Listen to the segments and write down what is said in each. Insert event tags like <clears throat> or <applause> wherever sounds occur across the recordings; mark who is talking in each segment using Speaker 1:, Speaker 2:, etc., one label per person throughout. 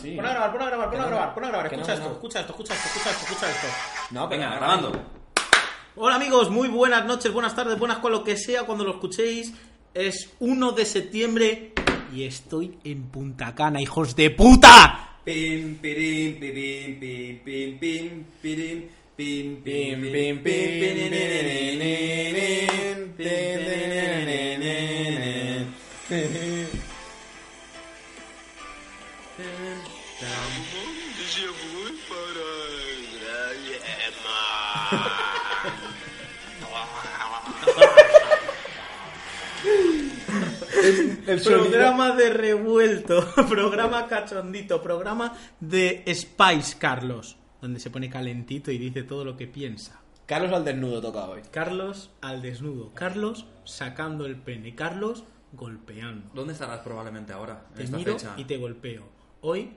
Speaker 1: Sí. Pon a grabar, pon a grabar, pon a grabar, pon a grabar. Escucha esto, escucha esto, escucha esto, escucha esto, escucha esto.
Speaker 2: No, venga, grabando.
Speaker 1: Hola amigos, muy buenas noches, buenas tardes, buenas cual lo que sea cuando lo escuchéis. Es 1 de septiembre y estoy en Punta Cana, hijos de puta.
Speaker 2: Pim, pirim, pirim, pim, pim, pim, pirim, pim,
Speaker 3: Pim, pim, pim, pim, pim, pim, pim.
Speaker 4: Yo voy para la yema.
Speaker 1: programa de revuelto, <laughs> programa cachondito, programa de Spice Carlos, donde se pone calentito y dice todo lo que piensa.
Speaker 3: Carlos al desnudo toca hoy.
Speaker 1: Carlos al desnudo, Carlos sacando el pene, Carlos golpeando.
Speaker 2: ¿Dónde estarás probablemente ahora? En
Speaker 1: Te
Speaker 2: esta
Speaker 1: miro
Speaker 2: fecha.
Speaker 1: y te golpeo. Hoy,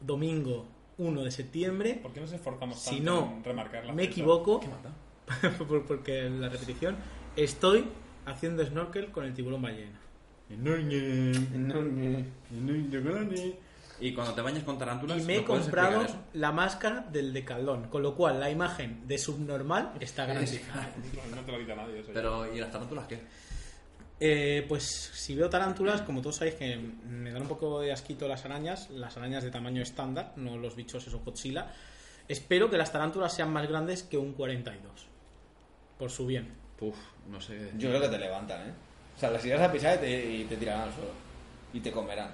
Speaker 1: domingo 1 de septiembre,
Speaker 5: ¿Por qué nos esforzamos tanto
Speaker 1: si no
Speaker 5: en remarcar la
Speaker 1: me
Speaker 5: fecha?
Speaker 1: equivoco, <laughs> por- porque en la repetición, estoy haciendo snorkel con el tiburón ballena.
Speaker 2: Y cuando te bañes con tarántulas.
Speaker 1: Y me he
Speaker 2: ¿no puedes
Speaker 1: comprado
Speaker 2: explicar eso?
Speaker 1: la máscara del decaldón, con lo cual la imagen de subnormal
Speaker 2: <laughs>
Speaker 1: está garantizada.
Speaker 5: No te lo quita nadie eso.
Speaker 2: Pero, ¿y las tarántulas qué?
Speaker 1: Eh, pues si veo tarántulas, como todos sabéis que me dan un poco de asquito las arañas, las arañas de tamaño estándar, no los bichos esos Godzilla, espero que las tarántulas sean más grandes que un 42. Por su bien.
Speaker 2: Puf, no sé.
Speaker 3: Yo creo que te levantan, ¿eh? O sea, las irás a pisar y te, y te tirarán al suelo. Y te comerán.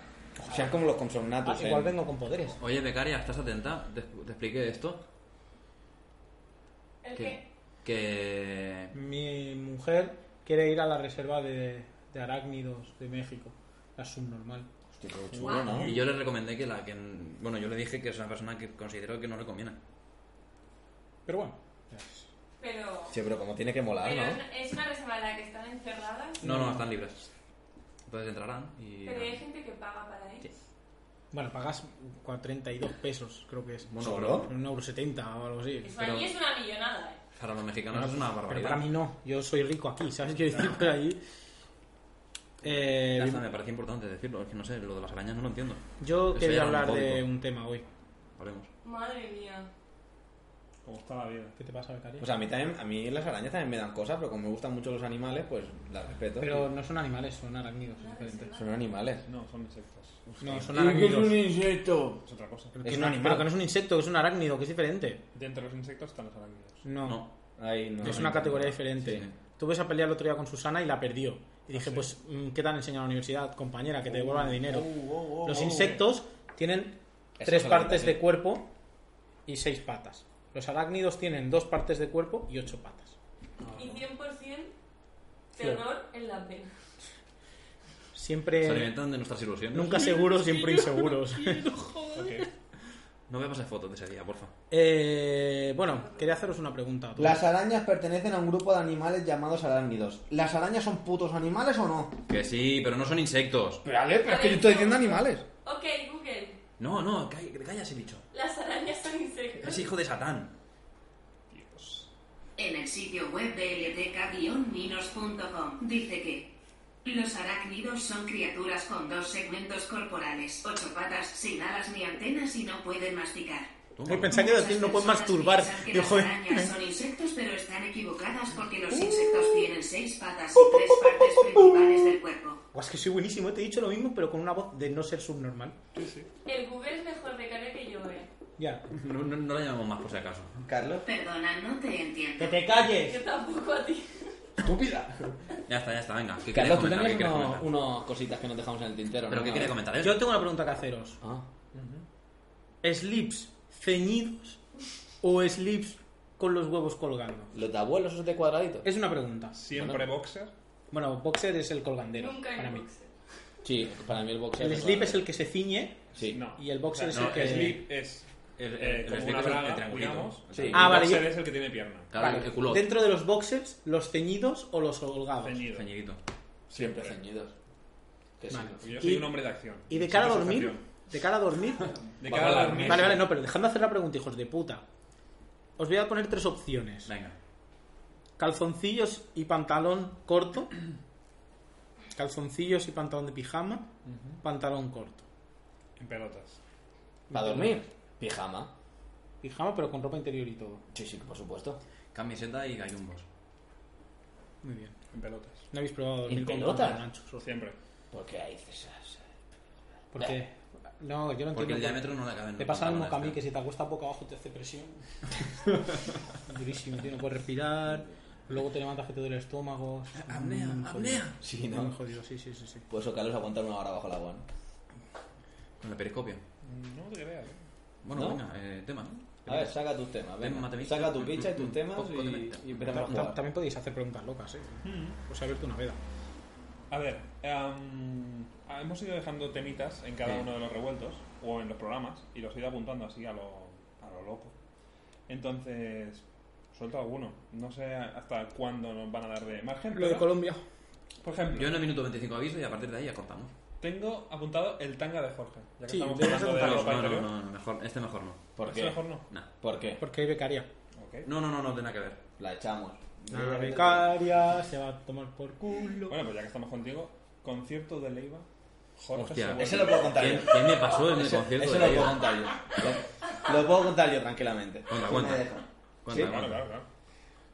Speaker 3: O sea, es como los
Speaker 2: Ah,
Speaker 3: consomnatos, ¿eh?
Speaker 1: igual vengo con poderes.
Speaker 2: Oye, becaria, ¿estás atenta? ¿Te, te expliqué esto? ¿Qué? Que.
Speaker 1: Mi mujer quiere ir a la reserva de, de arácnidos de México, la subnormal.
Speaker 3: Hostia, qué chulo, ¿no?
Speaker 2: Y yo le recomendé que la que. Bueno, yo le dije que es una persona que considero que no le conviene.
Speaker 1: Pero bueno,
Speaker 6: Pero,
Speaker 3: Sí, pero como tiene que molar,
Speaker 6: pero
Speaker 3: ¿no?
Speaker 6: es una reserva en la que están encerradas,
Speaker 2: No, no, están libres. Entonces entrarán y.
Speaker 6: pero hay gente que paga para ir.
Speaker 1: bueno, pagas 32 pesos, creo que es.
Speaker 2: Bueno,
Speaker 3: ¿Solo?
Speaker 2: pero-
Speaker 1: Un euro 70 o algo así.
Speaker 6: Eso
Speaker 2: Pero-
Speaker 6: allí es una millonada, ¿eh?
Speaker 2: Para los mexicanos es una
Speaker 1: Pero
Speaker 2: barbaridad.
Speaker 1: para mí no, yo soy rico aquí, ¿sabes? Quiero decir, por allí. Eh,
Speaker 2: Ya está, me parece importante decirlo, es que no sé, lo de las arañas no lo entiendo.
Speaker 1: yo
Speaker 2: Eso
Speaker 1: quería
Speaker 2: era un
Speaker 1: hablar de
Speaker 2: código.
Speaker 1: un tema hoy.
Speaker 2: Hablemos.
Speaker 6: Madre mía.
Speaker 5: Como está la vida.
Speaker 1: ¿Qué te pasa, becario?
Speaker 3: Pues a mí también, a mí las arañas también me dan cosas, pero como me gustan mucho los animales, pues las
Speaker 2: ah,
Speaker 3: respeto.
Speaker 1: Pero no son animales, son arácnidos. es diferente.
Speaker 3: Son animales.
Speaker 5: No, son insectos.
Speaker 1: No, son arácnidos.
Speaker 3: insecto?
Speaker 5: Es otra cosa.
Speaker 1: Pero
Speaker 3: Es
Speaker 1: que
Speaker 3: un
Speaker 1: no-
Speaker 3: animal.
Speaker 1: Pero que no es un insecto, que es un arácnido, que es diferente.
Speaker 5: De entre los insectos están los arácnidos.
Speaker 1: No,
Speaker 2: No.
Speaker 3: Ay, no.
Speaker 1: es una categoría diferente.
Speaker 2: Sí, sí.
Speaker 1: Tuve esa pelea el otro día con Susana y la perdió. Y dije, pues, mm, ¿qué te han enseñado en la universidad, compañera? Que te devuelvan el dinero. Los insectos tienen
Speaker 3: Eso
Speaker 1: tres
Speaker 3: es la
Speaker 1: partes de
Speaker 3: orientación.
Speaker 1: cuerpo y seis patas. Los arácnidos tienen dos partes de cuerpo y ocho patas.
Speaker 6: Y 100% terror en la pena.
Speaker 2: Se
Speaker 1: Siempre.
Speaker 2: alimentan de nuestras ilusiones.
Speaker 1: Eh, Nunca seguros, siempre inseguros. <laughs>
Speaker 5: Ok.
Speaker 2: No voy a pasar fotos de ese día, porfa.
Speaker 1: Eh, bueno, quería haceros una pregunta. a todos.
Speaker 3: Las arañas pertenecen a un grupo de animales llamados arácnidos. ¿Las arañas son putos animales o no?
Speaker 2: Que sí, pero no son insectos.
Speaker 3: Pero Ale, pero
Speaker 6: es que yo estoy diciendo
Speaker 3: animales.
Speaker 6: Ok, Google.
Speaker 2: No, no, calla, calla ese bicho.
Speaker 6: Las arañas son
Speaker 2: Es
Speaker 6: insectos.
Speaker 2: hijo de Satán.
Speaker 7: En el sitio web de ldk-minos.com dice que los arácnidos son criaturas con dos segmentos corporales, ocho patas, sin alas ni antenas y no pueden masticar.
Speaker 2: Toma.
Speaker 1: Uy, pensaba que iba a Este decir, no pueden
Speaker 7: Muchas
Speaker 1: masturbar.
Speaker 7: personas piensan que
Speaker 1: Digo,
Speaker 7: las
Speaker 1: joder. Mm.
Speaker 7: arañas son insectos, pero están equivocadas porque los insectos tienen seis patas y tres partes principales del cuerpo.
Speaker 1: Buah, es que soy buenísimo, te he dicho lo mismo, pero con una voz de no ser subnormal.
Speaker 6: El Google es mejor de cara que yo, ¿eh?
Speaker 1: Ya.
Speaker 2: No, no, no la llamamos más por si acaso.
Speaker 3: Carlos,
Speaker 7: Perdona, no te entiendo.
Speaker 1: ¡Que te calles!
Speaker 6: Yo tampoco a ti.
Speaker 3: estúpida.
Speaker 2: Ya está, ya está, venga. ¿Qué quieres
Speaker 3: Carlos, tú
Speaker 2: comentar? ¿Qué
Speaker 3: tenías
Speaker 2: quieres
Speaker 3: unos
Speaker 2: comentar?
Speaker 3: cositas que nos dejamos en el tintero,
Speaker 2: ¿Pero
Speaker 3: ¿no?
Speaker 2: qué quiere comentar él?
Speaker 1: Yo tengo una pregunta que haceros.
Speaker 3: Ah.
Speaker 1: ¿Slips ceñidos o slips con los huevos colgando?
Speaker 3: ¿Los de abuelos esos de cuadraditos?
Speaker 1: Es una pregunta.
Speaker 5: Siempre boxer.
Speaker 1: Bueno, boxer es el colgandero
Speaker 6: Nunca
Speaker 1: para
Speaker 6: en
Speaker 1: mí.
Speaker 6: boxer.
Speaker 3: Sí, para mí el boxeo.
Speaker 1: El slip es el que se ciñe
Speaker 3: Sí.
Speaker 5: No.
Speaker 1: Y el boxer
Speaker 5: O sea,
Speaker 1: es
Speaker 5: no, eh,
Speaker 1: el que-
Speaker 5: slip es
Speaker 8: El, el,
Speaker 5: eh,
Speaker 8: el
Speaker 5: como
Speaker 8: stick
Speaker 5: una
Speaker 8: es el- el
Speaker 5: braga,
Speaker 8: triangulito.
Speaker 5: digamos.
Speaker 8: El
Speaker 3: Sí.
Speaker 5: Y
Speaker 8: triangulito.
Speaker 1: Ah,
Speaker 5: el
Speaker 1: vale,
Speaker 5: boxer
Speaker 1: yo-
Speaker 5: es el que tiene pierna.
Speaker 8: Claro,
Speaker 1: Vale.
Speaker 8: el culo.
Speaker 1: Dentro de los boxers, los ceñidos o los holgados.
Speaker 5: Ceñido.
Speaker 8: Ceñidito.
Speaker 3: Siempre ceñidos. Que sí.
Speaker 1: Vale.
Speaker 5: Porque Yo soy
Speaker 1: Y-
Speaker 5: un hombre de acción.
Speaker 1: Y de cara a
Speaker 5: Soy
Speaker 1: dormir,
Speaker 5: campeón.
Speaker 1: de cara a dormir.
Speaker 5: <laughs> De
Speaker 8: Bajo
Speaker 5: cara
Speaker 8: la
Speaker 5: a dormir.
Speaker 1: vale, vale, no, pero dejadme hacer la pregunta, hijos de puta. Os voy a poner tres opciones:
Speaker 8: Venga.
Speaker 1: calzoncillos y pantalón corto, calzoncillos y pantalón de pijama, pantalón corto.
Speaker 5: En pelotas.
Speaker 3: ¿Para dormir? Pijama.
Speaker 1: Pijama, pero con ropa interior y todo.
Speaker 3: Sí, sí, por supuesto.
Speaker 8: Camiseta y gallumbos.
Speaker 1: Muy bien.
Speaker 5: En pelotas.
Speaker 1: No habéis probado dormir
Speaker 3: ¿En
Speaker 1: con
Speaker 3: pelota?
Speaker 1: pantalón ancho, solo.
Speaker 5: Siempre.
Speaker 3: Porque "Ah, hay esas.
Speaker 1: Porque. No, yo no
Speaker 8: Porque el
Speaker 1: entiendo.
Speaker 8: diámetro no le cabe. en
Speaker 1: Te
Speaker 8: los
Speaker 1: pasa lo mismo
Speaker 8: pantalones,
Speaker 1: que a mí,
Speaker 8: tío.
Speaker 1: que si te acuestas boca abajo te hace <laughs> presión. Durísimo, tío, no puedes respirar. Luego te levantas que te duele el estómago.
Speaker 8: Apnea,
Speaker 1: Mm, jodido.
Speaker 8: apnea.
Speaker 3: Sí,
Speaker 1: Muy
Speaker 3: ¿no?
Speaker 1: jodido, sí, sí, sí. sí.
Speaker 3: Por Pues eso Carlos aguanta una hora bajo el agua, ¿eh? ¿no?
Speaker 8: Con el periscopio.
Speaker 5: No te creas. ¿eh?
Speaker 8: Bueno,
Speaker 3: ¿No?
Speaker 8: venga, eh, tema, ¿no?
Speaker 3: A ver, saca tus temas.
Speaker 8: Tema
Speaker 3: Venga.
Speaker 8: matemático.
Speaker 3: Saca tu picha y tus temas
Speaker 8: Poco
Speaker 3: y,
Speaker 8: temita.
Speaker 3: y empezamos a
Speaker 1: Ta-
Speaker 3: jugar.
Speaker 1: También podéis hacer preguntas locas, ¿eh? O sea, abierto una veda.
Speaker 5: A ver, em, hemos ido dejando temitas en cada
Speaker 8: Sí.
Speaker 5: uno de los revueltos o en los programas y los he ido apuntando así a lo, a lo loco. Entonces, suelto alguno. No sé hasta cuándo nos van a dar de margen.
Speaker 1: Lo de
Speaker 5: pero,
Speaker 1: Colombia.
Speaker 5: Por ejemplo,
Speaker 8: Yo en el minuto 25 aviso y a partir de ahí ya cortamos.
Speaker 5: tengo apuntado el tanga de Jorge. Ya que
Speaker 1: Sí,
Speaker 5: estamos
Speaker 1: debes
Speaker 5: hablando de
Speaker 8: No,
Speaker 5: ropa
Speaker 8: no,
Speaker 5: interior.
Speaker 8: no, no, mejor, este mejor no.
Speaker 3: ¿Por
Speaker 5: Ese
Speaker 3: qué?
Speaker 5: mejor no.
Speaker 8: Nah.
Speaker 3: ¿Por qué?
Speaker 1: Porque hay becaria.
Speaker 5: Ok.
Speaker 8: No, no, no, no tiene nada que ver.
Speaker 3: La echamos.
Speaker 1: La becaria se va a tomar por culo.
Speaker 5: Bueno, pues ya que estamos contigo, concierto de Leiva. Jorge
Speaker 8: Hostia.
Speaker 5: se vuelve-
Speaker 3: Eso lo puedo contar
Speaker 8: ¿Qué,
Speaker 3: yo.
Speaker 8: qué me pasó en el
Speaker 3: Eso,
Speaker 8: concierto?
Speaker 3: eso
Speaker 8: de
Speaker 3: lo
Speaker 8: ayer?
Speaker 3: puedo contar yo. Lo, lo puedo contar yo tranquilamente.
Speaker 8: Cuenta,
Speaker 3: Tú
Speaker 8: cuenta.
Speaker 3: me dejas.
Speaker 8: Cuenta,
Speaker 3: Sí,
Speaker 5: Claro,
Speaker 8: cuenta.
Speaker 5: claro, claro.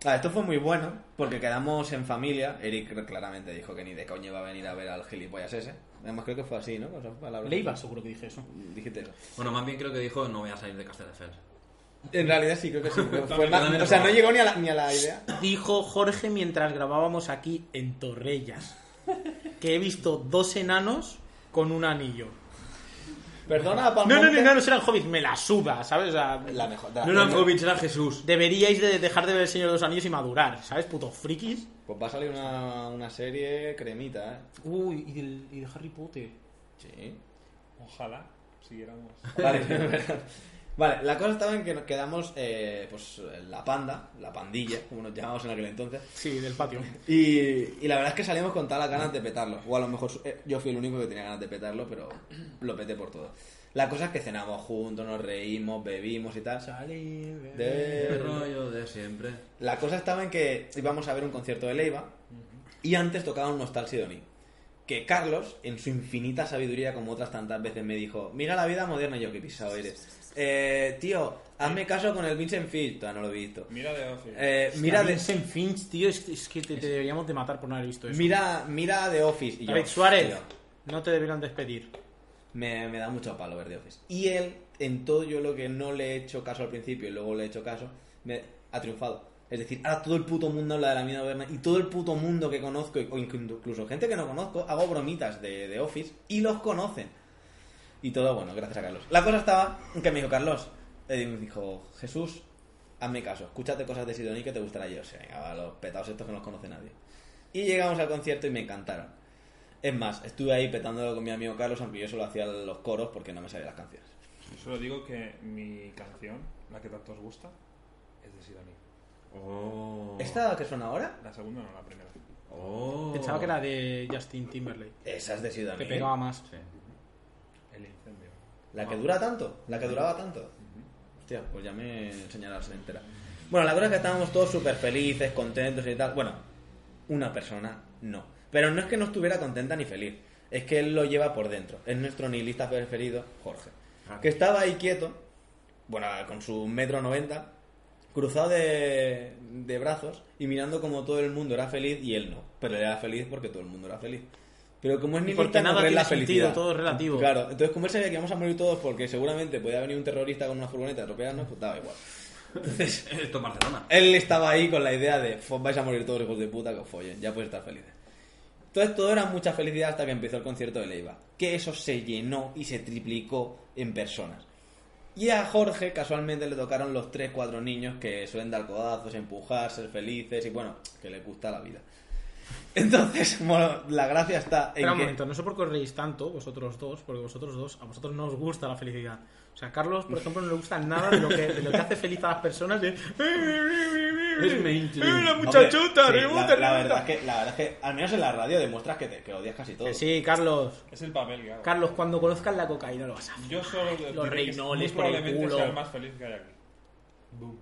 Speaker 3: Ah, esto fue muy bueno porque quedamos en familia. Eric claramente dijo que ni de coño iba a venir a ver al gilipollas ese. Además creo que fue así, ¿no? Con esas palabras.
Speaker 1: Leiva, seguro que dije eso.
Speaker 3: Dijiste eso.
Speaker 8: Bueno, más bien creo que dijo no voy a salir de Castelldefels.
Speaker 3: En realidad sí, creo que sí.
Speaker 1: <laughs>
Speaker 3: Fue
Speaker 8: También,
Speaker 3: na-
Speaker 8: también
Speaker 3: o sea,
Speaker 8: lo-
Speaker 3: no llegó ni a la, ni a la idea.
Speaker 1: Dijo Jorge mientras grabábamos aquí en
Speaker 3: <laughs>
Speaker 1: Torrellas que he visto dos enanos con un anillo.
Speaker 3: Perdona, Palmonte.
Speaker 1: No, no, no, enanos eran hobbits, me la suda, ¿sabes? O sea,
Speaker 3: La mejor. la-
Speaker 8: No eran
Speaker 3: la-
Speaker 8: hobbits, era Jesús.
Speaker 1: deberíais de dejar de ver El Señor de los Anillos y madurar, ¿sabes? Puto frikis.
Speaker 3: Pues va a salir una, una serie cremita, ¿eh?
Speaker 1: Uy, y, del, y de Harry Potter.
Speaker 3: Sí.
Speaker 5: Ojalá siguiéramos.
Speaker 3: <laughs> Vale, vale, la cosa estaba en que nos quedamos, eh, pues, la panda, la pandilla, como nos llamamos en aquel entonces.
Speaker 1: Sí, del patio.
Speaker 3: Y, y la verdad es que salimos con las ganas de petarlo. O a lo mejor eh, yo fui el único que tenía ganas de petarlo, pero lo peté por todo. La cosa es que cenamos juntos, nos reímos, bebimos y tal.
Speaker 8: El
Speaker 3: De-
Speaker 8: rollo de siempre.
Speaker 3: La cosa estaba en que íbamos a ver un concierto de Leiva y antes tocaban Nostal Sidoní. Que Carlos, en su infinita sabiduría, como otras tantas veces, me dijo: Mira la vida moderna, y yo qué pisado eres. Eh, tío, hazme caso con el Vincent Fish. Todavía no lo he visto.
Speaker 5: Mira de Office.
Speaker 3: Eh,
Speaker 1: Mira,
Speaker 3: mira, de-
Speaker 1: Vincent Finch, tío, es, es que te, te deberíamos de matar por no haber visto eso.
Speaker 3: mira, mira The Office. Y yo,
Speaker 1: David Suárez,
Speaker 3: "Tío,
Speaker 1: no te deberían despedir.
Speaker 3: Me, me da mucho palo ver The Office. Y él, en todo yo lo que no le he hecho caso al principio y luego le he hecho caso, me ha triunfado. Es decir, ahora todo el puto mundo habla de la vida moderna y todo el puto mundo que conozco, o inclu- incluso gente que no conozco, hago bromitas de, de Office y los conocen. Y todo bueno, gracias a Carlos. La cosa estaba en que me dijo Carlos, eh, me dijo, Jesús, hazme caso, escúchate cosas de Sidoní que te gustará yo. O sea, venga, va, los petados estos que no los conoce nadie. Y llegamos al concierto y me encantaron. Es más, estuve ahí petándolo con mi amigo Carlos, aunque yo solo hacía los coros porque no me sabía las canciones.
Speaker 5: Solo digo que mi canción, la que tanto os gusta, es de Sidoní.
Speaker 8: Oh.
Speaker 3: ¿Esta que suena ahora?
Speaker 5: La segunda no, la primera.
Speaker 8: Oh.
Speaker 1: Pensaba que era de Justin Timberlake.
Speaker 3: Esa es de Sidoní.
Speaker 1: Que pegaba más.
Speaker 8: Sí.
Speaker 5: El incendio.
Speaker 3: La que dura tanto, la que duraba tanto. Hostia, pues ya me enseñarás entera. Bueno, la cosa es que estábamos todos súper felices, contentos y tal. Bueno, una persona no. Pero no es que no estuviera contenta ni feliz. Es que él lo lleva por dentro. Es nuestro nihilista preferido, Jorge.
Speaker 1: Ah.
Speaker 3: Que estaba ahí quieto, bueno, con su metro noventa, cruzado de, de brazos y mirando como todo el mundo era feliz y él no. Pero él era feliz porque todo el mundo era feliz. Pero como es nihilista,
Speaker 1: Porque
Speaker 3: no
Speaker 1: nada
Speaker 3: cree en la
Speaker 1: tiene sentido,
Speaker 3: felicidad.
Speaker 1: todo es relativo.
Speaker 3: Claro, entonces como él sabía que íbamos a morir todos porque seguramente podía venir un terrorista con una furgoneta a atropellarnos, pues daba igual. Entonces,
Speaker 8: Esto es Barcelona.
Speaker 3: él estaba ahí con la idea de "Fos, vais a morir todos hijos de puta que os follen, ya podéis estar felices. Entonces todo era mucha felicidad hasta que empezó el concierto de Leiva, que eso se llenó y se triplicó en personas. Y a Jorge casualmente le tocaron los 3-4 niños que suelen dar codazos, empujar, ser felices y bueno, que le gusta la vida. Entonces, <laughs> bueno, la gracia está en
Speaker 1: Espera un
Speaker 3: que...
Speaker 1: momento, no sé por qué os reís tanto, vosotros dos, porque vosotros dos, a vosotros no os gusta la felicidad. O sea, a Carlos, por ejemplo, no le gusta nada de lo que, de lo que hace feliz a las personas. "Eh, De... Es
Speaker 8: mainstream.
Speaker 1: eh, la
Speaker 3: Hombre,
Speaker 1: muchachota!
Speaker 3: sí,
Speaker 1: rebota,
Speaker 3: la, la
Speaker 1: rebota!
Speaker 3: verdad es que, la verdad es que, al menos en la radio, demuestras que, te, que odias casi todo.
Speaker 1: Que Sí, Carlos.
Speaker 5: Es el papel que hago.
Speaker 1: Carlos, cuando conozcas la cocaína lo vas a...
Speaker 5: Yo solo diré que
Speaker 1: reinoles
Speaker 5: muy
Speaker 1: por el
Speaker 5: probablemente
Speaker 1: culo.
Speaker 5: sea el más feliz que hay aquí.
Speaker 3: Uh,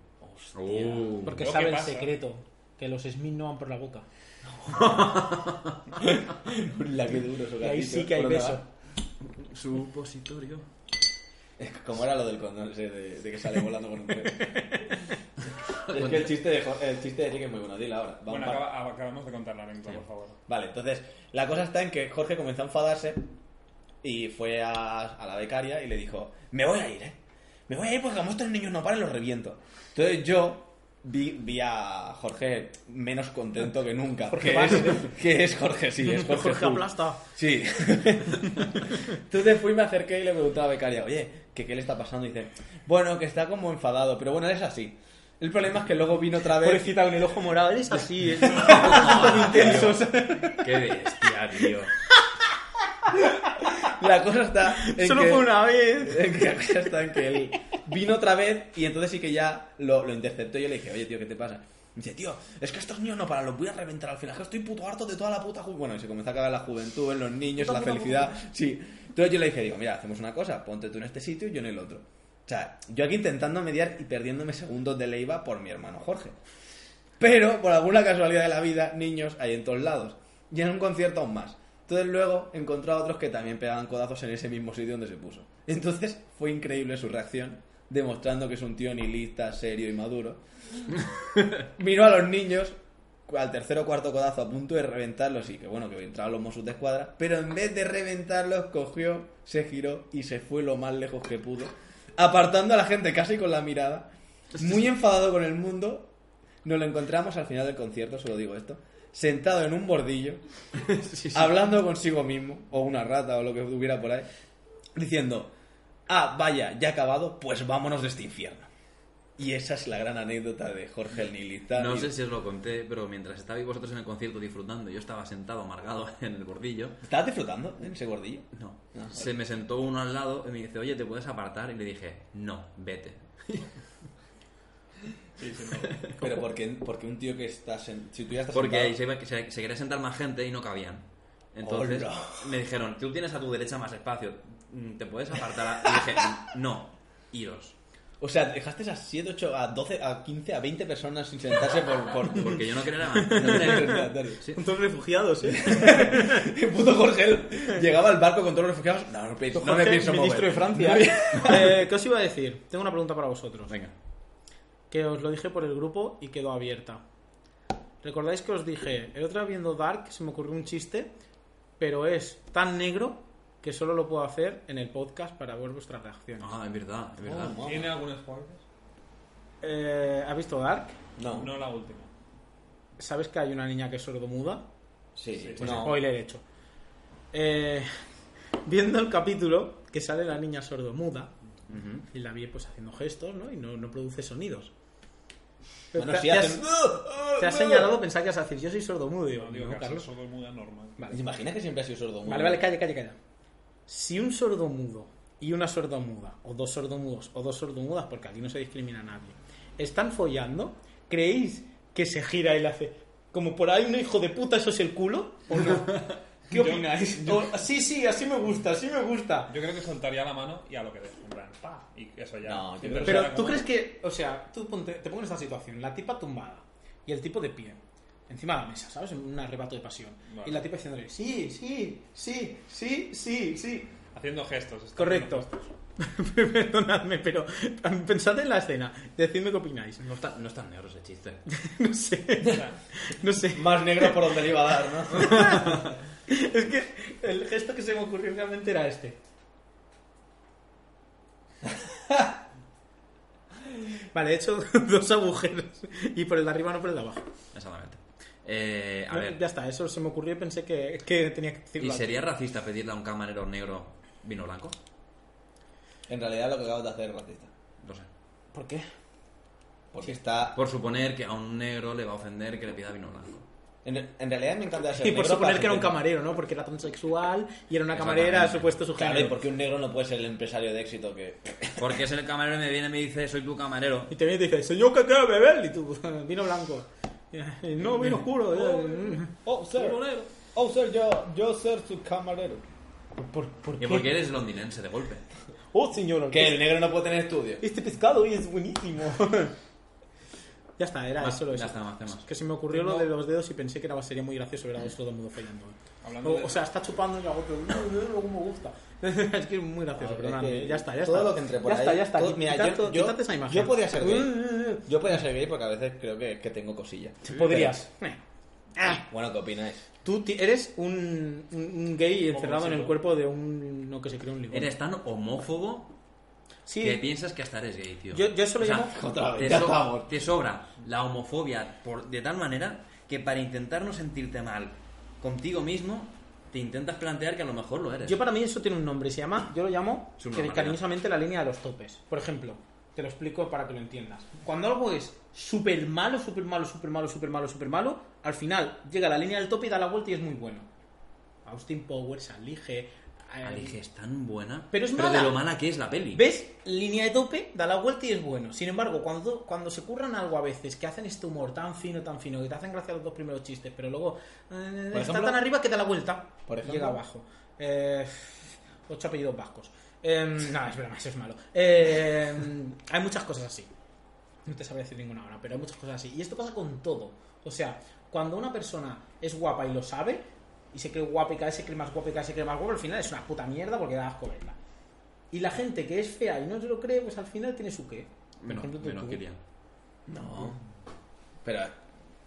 Speaker 8: Oh.
Speaker 1: Porque
Speaker 5: Lo que
Speaker 1: sabe el
Speaker 5: pasa.
Speaker 1: secreto, que los Smith no van por la boca.
Speaker 3: La que duro eso
Speaker 1: Y ahí
Speaker 3: gatito, ¿eh?
Speaker 1: sí que hay
Speaker 3: ¿por dónde
Speaker 1: beso.
Speaker 3: va?
Speaker 8: Supositorio.
Speaker 3: Es como era lo del condón ese de, de que sale volando con un pelo. es que el chiste de, Jo- el chiste de Eric es muy bueno. Dile ahora. va un
Speaker 5: Bueno,
Speaker 3: par.
Speaker 5: acaba- acabamos de contar la anécdota, por favor.
Speaker 3: Vale, entonces la cosa está en que Jorge comenzó a enfadarse y fue a, a la becaria y le dijo, me voy a ir, ¿eh? Me voy a ir porque como estos niños no paran, los reviento. Entonces yo vi, vi a Jorge menos contento que nunca.
Speaker 1: Jorge
Speaker 3: que,
Speaker 1: Vas.
Speaker 3: es, que es Jorge,
Speaker 1: <laughs>
Speaker 3: sí, es Jorge.
Speaker 1: Jorge
Speaker 3: Full.
Speaker 1: aplasta.
Speaker 3: Sí. <laughs> Entonces fui, me acerqué y le preguntaba a la becaria, oye, ¿qué, qué le está pasando? Y dice, bueno, que está como enfadado, pero bueno, él es así. El problema es que luego vino otra vez...
Speaker 1: Pobrecita con el ojo morado, eres así, eres tan intenso.
Speaker 8: Qué bestia, tío.
Speaker 3: <laughs> La cosa está... en
Speaker 1: Solo
Speaker 3: que-
Speaker 1: fue una vez.
Speaker 3: En que la <laughs> cosa está en que él vino otra vez y entonces sí que ya lo, lo interceptó y yo le dije, oye, tío, ¿qué te pasa? Y dice, tío, es que estos niños no paran, los voy a reventar al final, que estoy puto harto de toda la puta ju-". Bueno, y se comenzó a cagar la juventud, en los niños, en la felicidad. Sí. Entonces yo le dije, digo, mira, hacemos una cosa, ponte tú en este sitio y yo en el otro. O sea, yo aquí intentando mediar y perdiéndome segundos de leiva por mi hermano Jorge. Pero, por alguna casualidad de la vida, niños hay en todos lados. Y en un concierto aún más. Entonces luego encontró a otros que también pegaban codazos en ese mismo sitio donde se puso. Entonces fue increíble su reacción, demostrando que es un tío nihilista, serio y maduro. Miró a los niños al tercer o cuarto codazo a punto de reventarlos y que bueno, que entraban los Mossos de escuadra, pero en vez de reventarlos cogió, se giró y se fue lo más lejos que pudo, apartando a la gente casi con la mirada, muy enfadado con el mundo, nos lo encontramos al final del concierto, solo digo esto, sentado en
Speaker 8: <laughs>
Speaker 3: un bordillo, hablando consigo mismo, o una rata o lo que hubiera por ahí, diciendo, ah, vaya, ya ha acabado, pues vámonos de este infierno. Y esa es la gran anécdota de Jorge el Nihilista.
Speaker 8: No
Speaker 3: Y-
Speaker 8: sé si os lo conté, pero mientras estabais vosotros en el concierto disfrutando, yo estaba sentado amargado <laughs> en el bordillo.
Speaker 3: ¿Estabas disfrutando en ese bordillo?
Speaker 8: No. Se me sentó uno al lado y me dice, oye, ¿te puedes apartar? Y le dije, no, vete.
Speaker 5: Sí, sí, no.
Speaker 3: <laughs> Pero porque, porque un tío que está... sen- si tú ya estás
Speaker 8: Porque
Speaker 3: sentado-
Speaker 8: ahí se, iba- se- se quería sentar más gente y no cabían. Entonces
Speaker 3: Hola.
Speaker 8: me dijeron, tú tienes a tu derecha más espacio, mm, ¿te puedes apartar? a-?" Y dije, no, iros.
Speaker 3: O sea, dejaste a 7, 8, a 12, a 15, a 20 personas sin sentarse por... por...
Speaker 8: <laughs> Porque yo no quería nada más.
Speaker 3: <laughs> No quería levantar.
Speaker 8: Sí.
Speaker 1: Son todos refugiados, ¿eh?
Speaker 3: <laughs> El puto Jorge llegaba al barco con todos los refugiados. No, no, pienso- no me
Speaker 1: Jorge,
Speaker 3: pienso mover.
Speaker 1: ministro de Francia.
Speaker 3: <laughs>
Speaker 1: Eh, ¿Qué os iba a decir? Tengo una pregunta para vosotros.
Speaker 8: Venga.
Speaker 1: Que os lo dije por el grupo y quedó abierta. ¿Recordáis que os dije, el otro día viendo Dark se me ocurrió un chiste, pero es tan negro que solo lo puedo hacer en el podcast para ver vuestras reacciones.
Speaker 8: Ah, es verdad, es verdad.
Speaker 3: Oh,
Speaker 5: ¿Tiene algún spoiler?
Speaker 1: Eh, ¿Has visto Dark?
Speaker 3: No,
Speaker 5: No la última.
Speaker 1: ¿Sabes que hay una niña que es sordomuda?
Speaker 3: sí,
Speaker 1: <laughs> Pues
Speaker 3: no.
Speaker 1: spoiler hecho. Eh, viendo el capítulo que sale la niña sordomuda y la vi pues haciendo gestos, ¿no? Y no, no produce sonidos.
Speaker 3: Bueno,
Speaker 1: te,
Speaker 3: sí
Speaker 1: te
Speaker 3: hacen-
Speaker 1: has, te has señalado, pensaba que ibas a decir, yo soy sordomudo. Digo,
Speaker 5: No digo
Speaker 1: no,
Speaker 5: que
Speaker 1: Carlos.
Speaker 5: todo el mundo es normal.
Speaker 3: ¿Te
Speaker 1: Vale.
Speaker 3: imaginas que siempre ha sido sordo?
Speaker 1: vale, vale, calla, calla, calla. Si un sordomudo y una sordomuda, o dos sordomudos, o dos sordomudas, porque aquí no se discrimina a nadie, están follando, ¿creéis que se gira y le hace como por ahí un hijo de puta, eso es el culo? ¿O
Speaker 5: <laughs>
Speaker 1: no? ¿Qué opináis? O- sí, sí, así me gusta, así me gusta.
Speaker 5: Yo creo que soltaría la mano y a lo que des. En plan, pa. Y eso ya.
Speaker 3: No, yo
Speaker 5: Sin
Speaker 3: creo-
Speaker 5: persona
Speaker 1: Pero tú
Speaker 5: como-
Speaker 1: crees que, o sea, tú ponte- te pongo en esta situación, la tipa tumbada y el tipo de pie, encima de la mesa, ¿sabes? En un arrebato de pasión.
Speaker 5: Vale.
Speaker 1: Y la tipa diciéndole, sí, sí, sí, sí, sí, sí.
Speaker 5: Haciendo gestos. está
Speaker 1: Correcto.
Speaker 5: haciendo
Speaker 1: <laughs> Perdonadme, pero pensad en la escena, decidme qué opináis.
Speaker 8: No está, no está negro ese chiste.
Speaker 1: No sé,
Speaker 5: gestos.
Speaker 1: no sé.
Speaker 3: Más negro por donde le iba a dar,
Speaker 1: <laughs>
Speaker 3: ¿no?
Speaker 1: Es que el gesto que se me ocurrió realmente era este. Vale, he hecho <laughs> dos agujeros y por el de arriba no por el de abajo.
Speaker 8: Exactamente. Eh, a
Speaker 1: No,
Speaker 8: ver,
Speaker 1: Ya está, eso se me ocurrió y pensé que, que tenía que decirlo.
Speaker 8: ¿y
Speaker 1: aquí.
Speaker 8: sería racista pedirle a un camarero negro vino blanco?
Speaker 3: En realidad lo que acabas de hacer es racista.
Speaker 8: No sé.
Speaker 1: ¿Por qué?
Speaker 3: Porque está...
Speaker 8: Por suponer que a un negro le va a ofender que le pida vino blanco.
Speaker 3: En, en realidad me encanta ser
Speaker 1: Y por
Speaker 3: negro para
Speaker 1: suponer que era un
Speaker 3: sentirme-
Speaker 1: camarero, ¿no? Porque era transexual y era una camarera, supuesto su
Speaker 3: Claro, y
Speaker 1: género.
Speaker 3: porque un negro no puede ser el empresario de éxito que...
Speaker 8: Porque es el camarero y me viene y me dice, soy tu camarero.
Speaker 1: Y te viene y te dice, señor, que quiere beber? Y tú, <laughs> vino blanco. Y, No, vino oscuro. eh,
Speaker 9: Oh, sir. Oh, sir, yo, yo ser su camarero. ¿Por, por
Speaker 8: Y
Speaker 9: qué?
Speaker 8: porque eres londinense de golpe.
Speaker 9: Oh, señor,
Speaker 3: Que el negro no puede tener estudio.
Speaker 9: este pescado es buenísimo.
Speaker 1: <laughs> Ya está, era
Speaker 8: Más-
Speaker 1: solo
Speaker 8: ya
Speaker 1: eso.
Speaker 8: está, más temas.
Speaker 1: Que se me ocurrió lo de los dedos y pensé que era, sería muy gracioso ver a dos todo el mundo fallando. eh.
Speaker 5: Hablando
Speaker 1: O,
Speaker 5: de-
Speaker 1: o sea, está chupando y hago, pero no, no, no, como me gusta. <laughs> es que es muy gracioso,
Speaker 3: Hombre,
Speaker 1: perdóname.
Speaker 3: Ah, que
Speaker 1: ya está, ya
Speaker 3: todo
Speaker 1: está.
Speaker 3: lo que entre por
Speaker 1: ya
Speaker 3: ahí,
Speaker 1: está, ya está.
Speaker 3: todo- mira,
Speaker 1: Quita
Speaker 3: yo-
Speaker 1: todo-
Speaker 3: yo-
Speaker 1: quítate esa imagen.
Speaker 3: yo podría ser gay.
Speaker 1: Uh, <laughs> uh, uh.
Speaker 3: Yo podría ser gay porque a veces creo que, que tengo cosillas.
Speaker 1: Podrías. Ah.
Speaker 3: Pero, bueno, ¿qué opináis?
Speaker 1: Tú ti- eres un, un- un gay encerrado en el cuerpo de un... No, que se cree un limón.
Speaker 8: Eres tan homófobo
Speaker 1: Sí,
Speaker 8: que piensas que hasta eres gay, tío.
Speaker 1: Yo- yo eso lo
Speaker 8: O sea, <laughs>
Speaker 1: llamo-
Speaker 3: Otra vez,
Speaker 8: te,
Speaker 3: ya
Speaker 8: so-
Speaker 3: estamos.
Speaker 8: te sobra la homofobia por, de tal manera que para intentar no sentirte mal contigo mismo, te intentas plantear que a lo mejor lo eres.
Speaker 1: Yo para mí eso tiene un nombre, se llama, yo lo llamo
Speaker 8: Es una
Speaker 1: que-
Speaker 8: manera.
Speaker 1: cariñosamente la línea de los topes. Por ejemplo, te lo explico para que lo entiendas. Cuando algo es súper malo, súper malo, súper malo, súper malo, súper malo, al final llega a la línea del tope y da la vuelta y es muy bueno. Austin Powers, Alige... eh,
Speaker 8: Alige Ah, es tan buena.
Speaker 1: Pero es
Speaker 8: de
Speaker 1: mala.
Speaker 8: lo mala que es la peli.
Speaker 1: ¿Ves? Línea de tope, da la vuelta y es bueno. Sin embargo, cuando, cuando se curran algo a veces, que hacen este humor tan fino, tan fino, que te hacen gracia los dos primeros chistes, pero luego eh, está
Speaker 3: ejemplo-
Speaker 1: tan arriba que da la vuelta.
Speaker 3: por ejemplo-
Speaker 1: llega abajo. Eh, ocho apellidos vascos. Eh, <laughs> no, es broma, eso es malo. Eh, hay muchas cosas así. No te sabré decir ninguna ahora, pero hay muchas cosas así. Y esto pasa con todo. O sea, cuando una persona es guapa y lo sabe, y se cree guapa y cada vez se cree más guapa y cada vez se cree más guapa, al final es una puta mierda porque da asco verla. Y la gente que es fea y no se lo cree, pues al final tiene su qué. Por
Speaker 8: Menos,
Speaker 1: ejemplo, tú,
Speaker 8: menos
Speaker 1: tú.
Speaker 8: Kirian.
Speaker 3: No. Pero,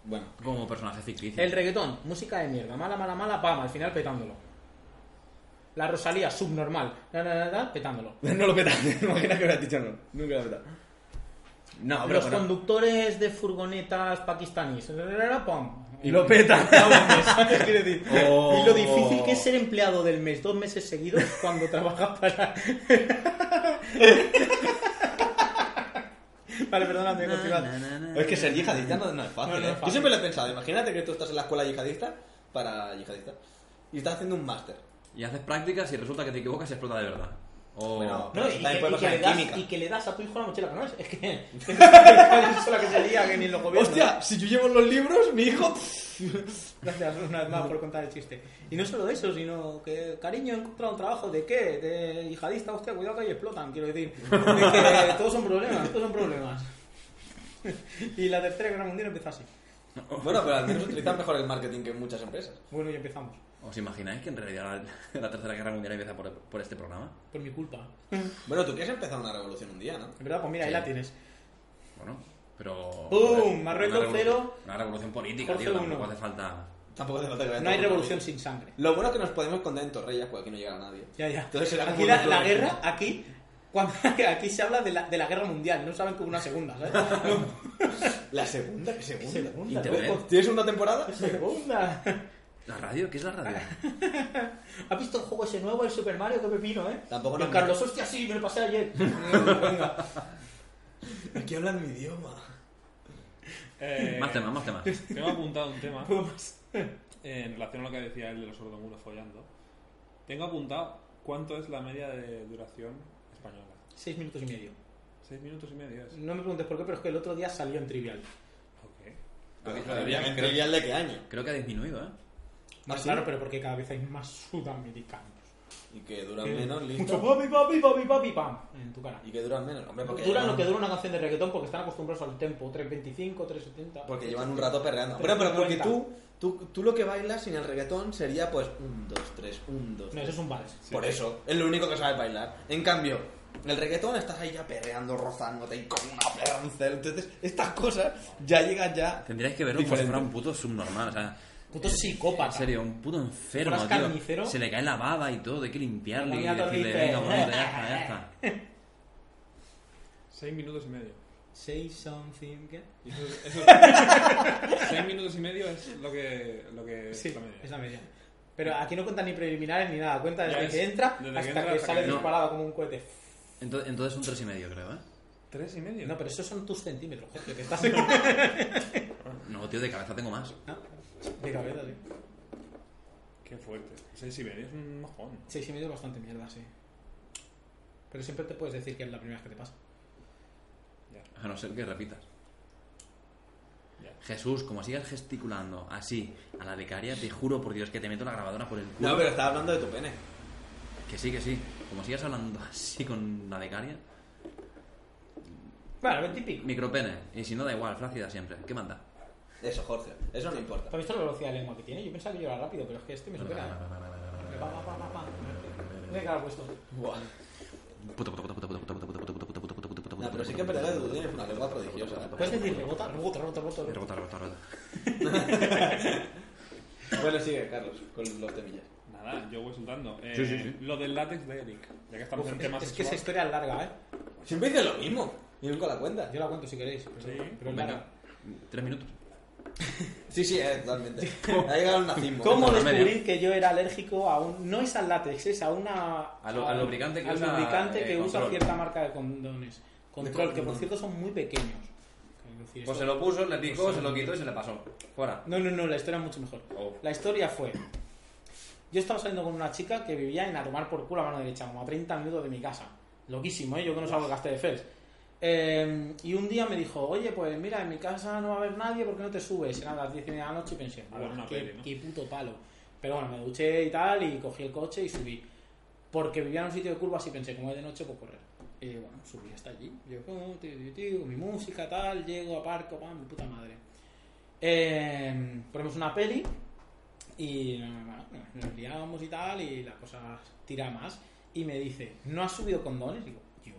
Speaker 3: bueno. <laughs>
Speaker 8: Como personaje ficticio.
Speaker 1: El reggaetón, música de mierda, mala, mala, mala, pam, al final petándolo. La Rosalía, subnormal, na, na, na, na, petándolo.
Speaker 3: <laughs> No lo petas, imagina que lo has dicho no. Nunca lo petas. No, pero
Speaker 1: Los
Speaker 3: Ah, bueno.
Speaker 1: conductores de furgonetas pakistaníes, na, na, na, na, pam.
Speaker 3: Y
Speaker 1: <laughs>
Speaker 3: lo petas.
Speaker 1: Ya vuelves, ¿sabes qué quiero decir?
Speaker 3: Oh.
Speaker 1: Y lo difícil que es ser empleado del mes, dos meses seguidos, cuando <laughs> trabajas para. vale, perdóname, continuad.
Speaker 3: Es que ser yihadista no, no es fácil.
Speaker 1: No, no
Speaker 3: ¿eh?
Speaker 1: es fácil.
Speaker 3: Yo siempre lo he pensado. Imagínate que tú estás en la escuela yihadista para yihadistas y estás haciendo un máster.
Speaker 8: Y haces prácticas y resulta que te equivocas y explota de verdad. O...
Speaker 3: Bueno,
Speaker 1: No,
Speaker 3: pero
Speaker 1: y,
Speaker 3: eso
Speaker 1: que,
Speaker 3: también puede
Speaker 1: y que
Speaker 3: pasar
Speaker 1: le
Speaker 3: en
Speaker 1: das,
Speaker 3: química.
Speaker 1: y que le das a tu hijo la mochila con Es que <laughs> es la que se lía que ni los gobiernos.
Speaker 3: Hostia, si yo llevo los libros, mi hijo.
Speaker 1: Gracias una vez más por contar el chiste. Y no solo eso, sino que, cariño, he encontrado un trabajo de qué? De yihadista, hostia, cuidado que ahí explotan, quiero decir. Es que todos son problemas, todos son problemas. <laughs> Y la tercera guerra mundial empieza así.
Speaker 3: Bueno, pero al menos utilizan mejor el marketing que muchas empresas.
Speaker 1: Bueno, y empezamos.
Speaker 8: ¿Os imagináis que en realidad la, <laughs> la Tercera Guerra Mundial empieza por, por este programa?
Speaker 1: Por mi culpa.
Speaker 3: Bueno, tú quieres empezar una revolución un día, ¿no?
Speaker 1: En verdad, pues mira, ahí la tienes.
Speaker 8: Bueno, pero...
Speaker 1: ¡Pum! Marruecos
Speaker 8: Una revolu-
Speaker 1: cero.
Speaker 8: Una revolución política,
Speaker 1: Jorge
Speaker 8: tío. Tampoco
Speaker 1: uno.
Speaker 8: hace falta...
Speaker 3: Tampoco hace falta que vaya
Speaker 1: No hay
Speaker 3: todo
Speaker 1: revolución
Speaker 3: por ahí.
Speaker 1: sin sangre.
Speaker 3: Lo bueno es que nos podemos esconder en Torrellas porque aquí no llegará nadie.
Speaker 1: Ya, ya.
Speaker 3: Entonces será como
Speaker 1: aquí la,
Speaker 3: un-
Speaker 1: la guerra, aquí, cuando- <laughs> aquí se habla de la, de la guerra mundial, no saben que hubo una segunda, ¿sabes?
Speaker 3: <laughs> La segunda, que segunda.
Speaker 1: Segunda,
Speaker 8: Internet.
Speaker 3: Luego, ¿Tienes una temporada?
Speaker 1: segunda.
Speaker 8: ¿La radio? ¿Qué es
Speaker 1: <laughs>
Speaker 8: la radio?
Speaker 1: Eh. ¿Has visto el juego ese nuevo, el Super Mario? Que pepino, ¿eh?
Speaker 3: Tampoco
Speaker 1: Don
Speaker 3: no-
Speaker 1: Carlos, hostia, sí, me lo pasé ayer.
Speaker 5: <laughs>
Speaker 3: Aquí hablan mi idioma.
Speaker 5: Eh,
Speaker 8: Más temas, más temas.
Speaker 5: Tengo apuntado un tema
Speaker 1: Poco más.
Speaker 5: eh, en relación a lo que decía él de los sordomudos follando. Tengo apuntado cuánto es la media de duración española.
Speaker 1: Seis minutos y medio.
Speaker 5: Seis minutos y medio es.
Speaker 1: No me preguntes por qué, pero es que el otro día salió en Trivial.
Speaker 5: Ok.
Speaker 3: ¿En Torrellas de qué año?
Speaker 8: Creo que ha disminuido, ¿eh?
Speaker 1: No,
Speaker 5: ¿Ah,
Speaker 1: claro, pero porque cada vez hay más sudamericanos.
Speaker 3: Y que duran menos,
Speaker 1: Mucho
Speaker 3: listo.
Speaker 1: papi, papi, papi, papi, pam. En tu cara.
Speaker 3: Y que duran menos. Hombre, porque
Speaker 1: Dura
Speaker 3: llevan-
Speaker 1: lo que dura una canción de reggaetón porque están acostumbrados al tempo. 3.25, 3.70.
Speaker 3: Porque llevan un rato perreando. Bueno, pero porque tú, tú, tú lo que bailas en el reggaetón sería pues un, dos, tres, un, dos.
Speaker 1: No, eso
Speaker 3: tres.
Speaker 1: es un vals.
Speaker 3: Por eso, es lo único que sabes bailar. En cambio, en el reggaetón estás ahí ya perreando, rozándote y con una perra un celo. Entonces, estas cosas ya llegan ya.
Speaker 8: Tendríais que verlo como si
Speaker 3: Diferente.
Speaker 8: fuera un puto subnormal, o sea...
Speaker 1: Puto
Speaker 8: En
Speaker 1: psicópata.
Speaker 8: serio, un puto enfermo,
Speaker 1: fueras
Speaker 8: tío.
Speaker 1: carnicero.
Speaker 8: Se le cae la baba y todo, hay que limpiarle y
Speaker 1: La niña
Speaker 8: decirle,
Speaker 1: torrice.
Speaker 8: venga, bonito, ya está, ya
Speaker 1: <laughs>
Speaker 8: está.
Speaker 5: Seis minutos y medio.
Speaker 1: Say something. que-
Speaker 5: Y eso, eso-
Speaker 1: <laughs>
Speaker 5: seis minutos y medio es lo que, lo que
Speaker 1: Sí,
Speaker 5: es la media.
Speaker 1: es la media. Pero aquí no cuentan ni preliminares ni nada. Cuenta
Speaker 5: Ya
Speaker 1: desde
Speaker 5: es-
Speaker 1: que entra
Speaker 5: desde que
Speaker 1: hasta que,
Speaker 5: entra hasta
Speaker 1: sale
Speaker 5: que-
Speaker 1: disparado como un cohete.
Speaker 8: Entonces, entonces son tres y medio, creo, ¿eh?
Speaker 5: ¿Tres y medio?
Speaker 1: No, pero esos son tus centímetros, Jorge, que estás...
Speaker 8: No, tío, de cabeza tengo más.
Speaker 1: De cabeza, sí.
Speaker 5: Qué fuerte. Seis y medio es un mojón.
Speaker 1: Seis y medio es bastante mierda, sí. Pero siempre te puedes decir que es la primera vez que te pasa.
Speaker 8: A no ser que repitas.
Speaker 5: Ya.
Speaker 8: Jesús, como sigas gesticulando así a la becaria, te juro por Dios que te meto la grabadora por el culo.
Speaker 3: No, pero estaba hablando de tu pene.
Speaker 8: Que sí, que sí. Como sigas hablando así con la becaria,
Speaker 1: Bueno, veintipico.
Speaker 8: micropene. Y si no, da igual, flácida siempre. ¿Qué manda?
Speaker 3: Eso, Jorge. Eso no importa.
Speaker 1: ¿Has visto la velocidad de lengua que tiene? Yo pensaba que yo era rápido, pero es que este me supera. Pa, pa, pa, pa, pa. ¿Dónde queda puesto?
Speaker 3: Buah.
Speaker 8: Puta, puta, puta, puta, puta, puta, puta, puta, puta, puta, puta, puta, puta, puta,
Speaker 3: No, pero
Speaker 8: puta,
Speaker 3: sí que es
Speaker 8: puta,
Speaker 3: verdad que
Speaker 8: puta,
Speaker 3: tú tienes una lengua prodigiosa.
Speaker 1: Puedes decir rebota, rebota, rebota, rebota.
Speaker 8: puta. Rebota, rebota, rebota.
Speaker 3: Bueno, sigue, Carlos, con los temillas.
Speaker 5: Nada, yo voy soltando. Eh,
Speaker 8: Sí, sí, sí.
Speaker 5: Lo del látex de Eric. Ya que estamos
Speaker 1: Uf,
Speaker 5: en
Speaker 1: es,
Speaker 5: temas
Speaker 1: es que esa
Speaker 5: sexuales.
Speaker 1: historia es larga, ¿eh?
Speaker 3: Siempre dices lo mismo. Y nunca la cuentas.
Speaker 1: Yo la cuento si queréis. Pero,
Speaker 5: Sí.
Speaker 1: pero es
Speaker 8: Venga,
Speaker 1: larga.
Speaker 8: tres minutos.
Speaker 3: Sí, sí, eh,
Speaker 1: <laughs>
Speaker 3: totalmente. Ha llegado el nazismo.
Speaker 1: ¿Cómo
Speaker 8: Bueno,
Speaker 1: descubrir
Speaker 8: medio.
Speaker 1: que yo era alérgico a un... No es al látex, es a una...
Speaker 8: Al- al lubricante que
Speaker 1: al
Speaker 8: usa,
Speaker 1: lubricante que
Speaker 8: eh,
Speaker 1: usa
Speaker 8: Control.
Speaker 1: cierta marca de condones. Control, que por
Speaker 3: Control.
Speaker 1: cierto son muy pequeños. Es decir,
Speaker 8: Pues
Speaker 1: esto-
Speaker 8: se lo puso, le picó, se lo quitó y se le pasó. Fuera.
Speaker 1: No, no, no, la historia es mucho mejor.
Speaker 8: Oh.
Speaker 1: La historia fue... Yo estaba saliendo con una chica que vivía en a tomar por culo a mano derecha, como a 30 minutos de mi casa. Loquísimo, ¿eh? Yo que no salgo de Castelldefels. Eh, y un día me dijo, oye, pues mira, en mi casa no va a haber nadie, ¿por qué no te subes? Eran las 10 y media de la noche y pensé,
Speaker 5: A ver
Speaker 1: "Buah,
Speaker 5: una
Speaker 1: qué,
Speaker 5: peli, ¿no?".
Speaker 1: qué puto palo. Pero bueno, me duché y tal, y cogí el coche y subí. Porque vivía en un sitio de curvas y pensé, como es de noche, pues correr. Y bueno, subí hasta allí. Yo, como, tío, tío, tío, con mi música, tal, llego, aparco, pam, mi puta madre. Eh, ponemos una peli y bueno, nos liamos y tal y la cosa tira más y me dice, ¿no has subido condones? Digo, yo,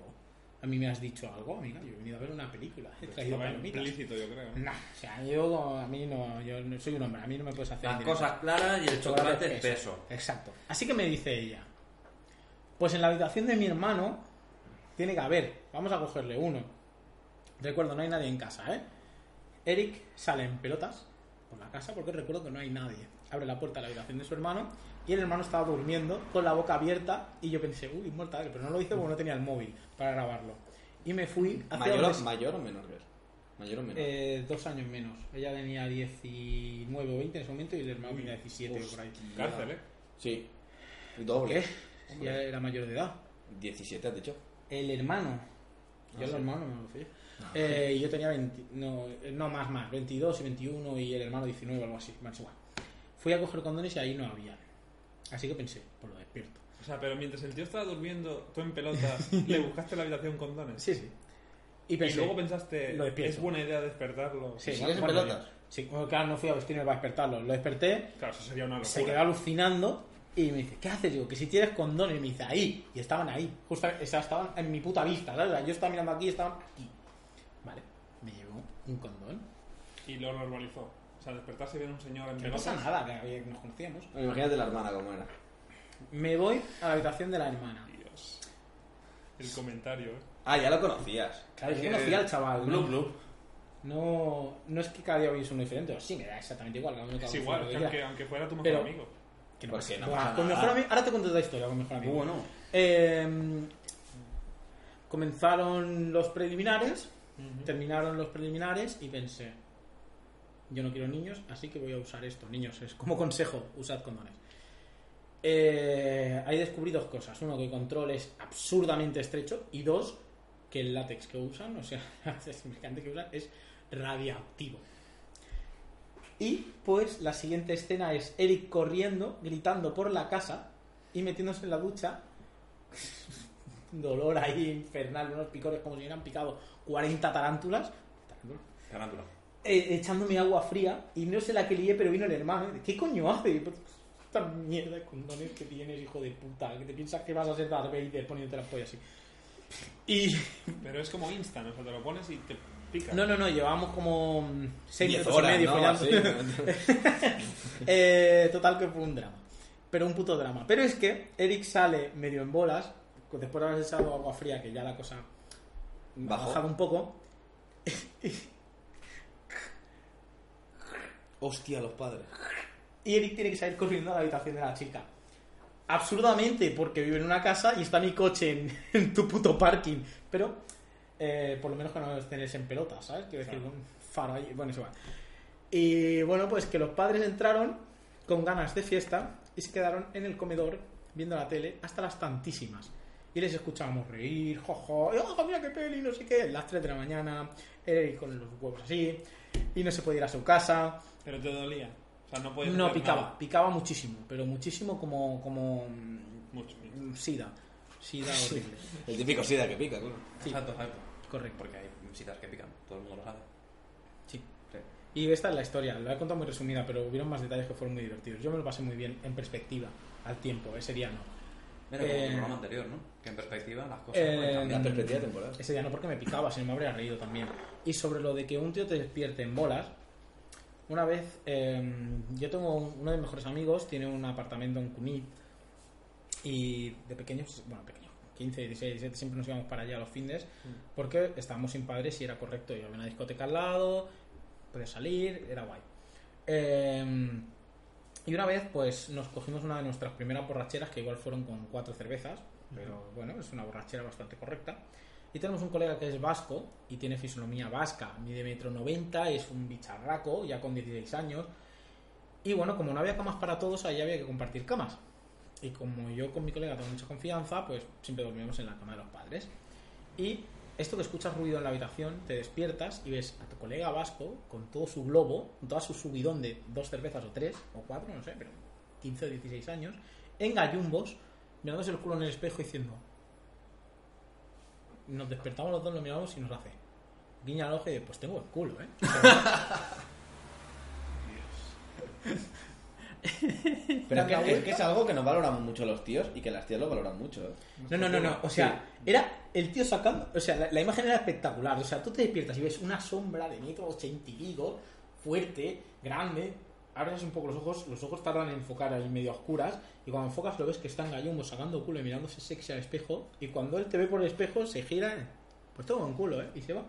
Speaker 1: a mí me has dicho algo, amiga, yo he venido a ver una película, he
Speaker 8: Pues
Speaker 1: traído
Speaker 5: Estaba
Speaker 1: palomitas.
Speaker 5: implícito, yo creo.
Speaker 1: No, o sea, yo como- a mí no, yo no soy un hombre, a mí no me puedes hacer
Speaker 8: Las
Speaker 1: indirectas.
Speaker 8: cosas claras y el chocolate espeso.
Speaker 1: Exacto. Así que me dice ella, pues en la habitación de mi hermano tiene que haber, vamos a cogerle uno. Recuerdo, no hay nadie en casa, ¿eh? Eric sale en pelotas por la casa porque recuerdo que no hay nadie. Abre la puerta de la habitación de su hermano y el hermano estaba durmiendo con la boca abierta y yo pensé, uy, mortadelo, pero no lo hice porque no tenía el móvil para grabarlo. Y me fui hacia
Speaker 3: ¿Mayor,
Speaker 1: donde-
Speaker 3: o- mayor o menor que es? Mayor o menor.
Speaker 1: eh, dos años menos. Ella tenía 19 o 20 en ese momento y el hermano
Speaker 5: Uy,
Speaker 1: tenía 17 o por ahí.
Speaker 5: Cárcel, ¿eh?
Speaker 3: Sí.
Speaker 1: ¿Por
Speaker 3: Doble.
Speaker 1: qué? Si Ya era mayor de edad. Ah,
Speaker 3: 17 has dicho.
Speaker 1: El hermano. Yo el hermano me lo fui. Eh, y yo tenía 20, no, eh, no más, más, 22 y 21 y el hermano 19 o algo así. Bueno, es igual. Fui a coger condones y ahí no había. Así que pensé, pues lo despierto.
Speaker 5: O sea, pero mientras el tío estaba durmiendo, tú en
Speaker 1: <laughs>
Speaker 5: pelotas, le buscaste la habitación con dones.
Speaker 1: Sí, sí. Y,
Speaker 5: Y
Speaker 1: pensé,
Speaker 5: luego pensaste,
Speaker 1: Lo despierto.
Speaker 5: es buena idea despertarlo.
Speaker 1: Sí,
Speaker 3: ¿Sigues en
Speaker 1: bueno,
Speaker 3: pelotas?
Speaker 1: Sí, bueno, claro, no fui a vestirme para despertarlo. Lo desperté
Speaker 5: Claro, eso sería una locura.
Speaker 1: se quedó alucinando y me dice, ¿qué haces? Digo, que si tienes condones. Y me dice, ahí. Y estaban ahí. Justo, o sea, estaban en mi puta vista, ¿sabes? Yo estaba mirando aquí y estaban aquí. Vale. Me llevó un condón.
Speaker 5: Y lo normalizó. O sea, despertarse y ver a un señor en
Speaker 1: Que no pasa
Speaker 5: pelotas.
Speaker 1: nada, que había- nos conocíamos.
Speaker 3: Bueno, imagínate la hermana cómo era.
Speaker 1: Me voy a la habitación de la hermana.
Speaker 5: Dios. El comentario, ¿eh?
Speaker 3: Ah, ya lo conocías.
Speaker 1: Claro, yo conocía al chaval.
Speaker 8: Blue,
Speaker 1: ¿no?
Speaker 8: blue.
Speaker 1: No, no es que cada día hubiese uno diferente. o Sí, me da exactamente igual. cada uno
Speaker 5: Es
Speaker 1: cada uno
Speaker 5: igual,
Speaker 1: lo
Speaker 5: que
Speaker 1: quiera.
Speaker 5: aunque, aunque fuera tu mejor
Speaker 1: Pero-
Speaker 5: amigo.
Speaker 1: Que no
Speaker 3: Pues
Speaker 1: pasa
Speaker 3: que no
Speaker 1: nada.
Speaker 3: pasa
Speaker 1: Con
Speaker 3: nada.
Speaker 1: mejor ami- Ahora te cuento la historia con mejor amigo.
Speaker 8: Bueno.
Speaker 1: Eh, comenzaron los preliminares, terminaron los preliminares y pensé, yo no quiero niños, así que voy a usar esto. Niños, es como consejo, usad condones. Eh, ahí descubrí dos cosas. Uno, que el control es absurdamente estrecho. Y dos, que el látex que usan, o sea, <laughs> el lubricante que usan es radiactivo. Y pues la siguiente escena es Eric corriendo, gritando por la casa y metiéndose en la ducha. Dolor ahí infernal, unos picores como si hubieran picado 40 tarántulas. Tarántulas.
Speaker 8: Tarántula.
Speaker 1: Eh, echándome agua fría y no sé la que lié, pero vino el hermano. ¿eh? ¿Qué coño hace? pues, Esta mierda de condones que tienes, hijo de puta. Que te piensas que vas a ser Darth Vader poniéndote la polla así. Y.
Speaker 5: Pero es como instant, o sea, te lo pones y te pica.
Speaker 1: No, no, no, llevamos como 6
Speaker 3: 10
Speaker 1: minutos
Speaker 3: horas,
Speaker 1: y medio
Speaker 3: ¿no?
Speaker 1: follando. <laughs>
Speaker 3: Así.
Speaker 1: Eh, total que fue un drama. Pero un puto drama. Pero es que Eric sale medio en bolas, después de haber echado agua fría, que ya la cosa ha
Speaker 3: Bajó.
Speaker 1: bajado un poco.
Speaker 3: Hostia, los padres.
Speaker 1: Y Eric tiene que salir corriendo a la habitación de la chica. Absurdamente, porque vive en una casa y está mi coche en, <laughs> en tu puto parking. Pero, eh, por lo menos que no los tenés en pelotas, ¿sabes? Quiero decir,
Speaker 5: Claro.
Speaker 1: un faro ahí. Bueno, eso va. Y bueno, pues que los padres entraron con ganas de fiesta y se quedaron en el comedor viendo la tele hasta las tantísimas. Y les escuchábamos reír, jojo, ¡oh, mira qué peli! No sé qué, las 3 de la mañana, Eric con los huevos así, y no se podía ir a su casa.
Speaker 5: Pero te dolía. O sea, no podías
Speaker 1: No,
Speaker 5: hacer
Speaker 1: picaba,
Speaker 5: nada.
Speaker 1: picaba muchísimo, pero muchísimo como. como mm,
Speaker 5: Mucho.
Speaker 1: mm, sida. Sida horrible.
Speaker 3: El típico sida que pica, claro.
Speaker 1: Sí.
Speaker 8: Exacto, exacto.
Speaker 1: Correcto.
Speaker 8: Porque hay citas que pican, todo el mundo lo sabe.
Speaker 1: Sí. Y esta es la historia, la he contado muy resumida, pero hubieron más detalles que fueron muy divertidos. Yo me lo pasé muy bien en perspectiva, al tiempo, ese día no.
Speaker 8: Mira, como
Speaker 1: Eh,
Speaker 8: el programa anterior, ¿no? Que en perspectiva las cosas
Speaker 1: Eh,
Speaker 8: pueden
Speaker 3: La
Speaker 8: cambiar.
Speaker 3: perspectiva temporal.
Speaker 1: Ese día no porque me picaba, si no me habría reído también. Y sobre lo de que un tío te despierte en bolas, una vez eh, yo tengo un- uno de mis mejores amigos, tiene un apartamento en Cuní y de pequeños, bueno, pequeño, 15, 16, 17, siempre nos íbamos para allá a los fines
Speaker 3: Mm.
Speaker 1: porque estábamos sin padres y era correcto. Yo había una discoteca al lado, podía salir, era guay. Eh, y una vez, pues, nos cogimos una de nuestras primeras borracheras, que igual fueron con cuatro cervezas, pero bueno, es una borrachera bastante correcta. Y tenemos un colega que es vasco y tiene fisonomía vasca, mide metro noventa, es un bicharraco, ya con 16 años. Y bueno, como no había camas para todos, ahí había que compartir camas. Y como yo con mi colega tengo mucha confianza, pues siempre dormíamos en la cama de los padres. Y esto que escuchas ruido en la habitación, te despiertas y ves a tu colega vasco con todo su globo, con toda su subidón de dos cervezas o tres, o cuatro, no sé, pero 15 o 16 años, en gallumbos, mirándose el culo en el espejo y diciendo... Nos despertamos los dos, lo miramos y nos hace. Guiña el ojo y dice, pues tengo el culo, ¿eh?
Speaker 3: Pero es que, es que es algo que nos valoramos mucho los tíos y que las tías lo valoran mucho. ¿eh?
Speaker 1: No, no, no, no. O sea, era el tío sacando. O sea, la, la imagen era espectacular. O sea, tú te despiertas y ves una sombra de metro ochenta y pico, fuerte, grande. Abres un poco los ojos, los ojos tardan en enfocar ahí medio a oscuras. Y cuando enfocas, lo ves que está en gallumbo, sacando culo y mirándose sexy al espejo. Y cuando él te ve por el espejo, se gira. eh, Pues todo un culo, ¿eh? Y se va.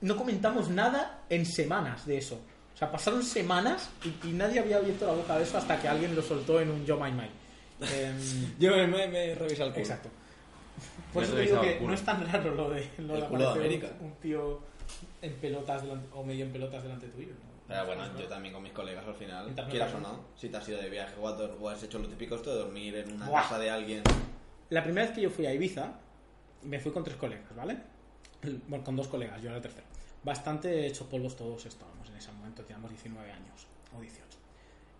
Speaker 1: no comentamos nada en semanas de eso. O sea, pasaron semanas y, y nadie había abierto la boca de eso hasta que alguien lo soltó en un Yo My My. Em,
Speaker 3: <laughs> Yo me, me, me reviso el culo.
Speaker 1: Exacto. Por
Speaker 8: Me
Speaker 1: eso
Speaker 8: he
Speaker 1: te digo
Speaker 8: revisado el
Speaker 1: que
Speaker 8: culo.
Speaker 1: no es tan raro lo de, lo de
Speaker 3: El culo de
Speaker 1: aparecer
Speaker 3: América.
Speaker 1: Un, un tío en pelotas delante- o medio en pelotas delante tuyo. ¿no?
Speaker 3: Pero Ah, bueno, yo también con mis colegas al final,
Speaker 1: Internet
Speaker 3: quieras o
Speaker 1: también.
Speaker 3: no, si te has ido de viaje o, has- o has hecho lo típico esto de dormir en una
Speaker 1: Buah.
Speaker 3: casa de alguien.
Speaker 1: La primera vez que yo fui a Ibiza, me fui con tres colegas, ¿vale? <clears throat> Bueno, con dos colegas, yo era el tercero. Bastante hechos polvos todos estábamos en ese momento, teníamos 19 años o 18.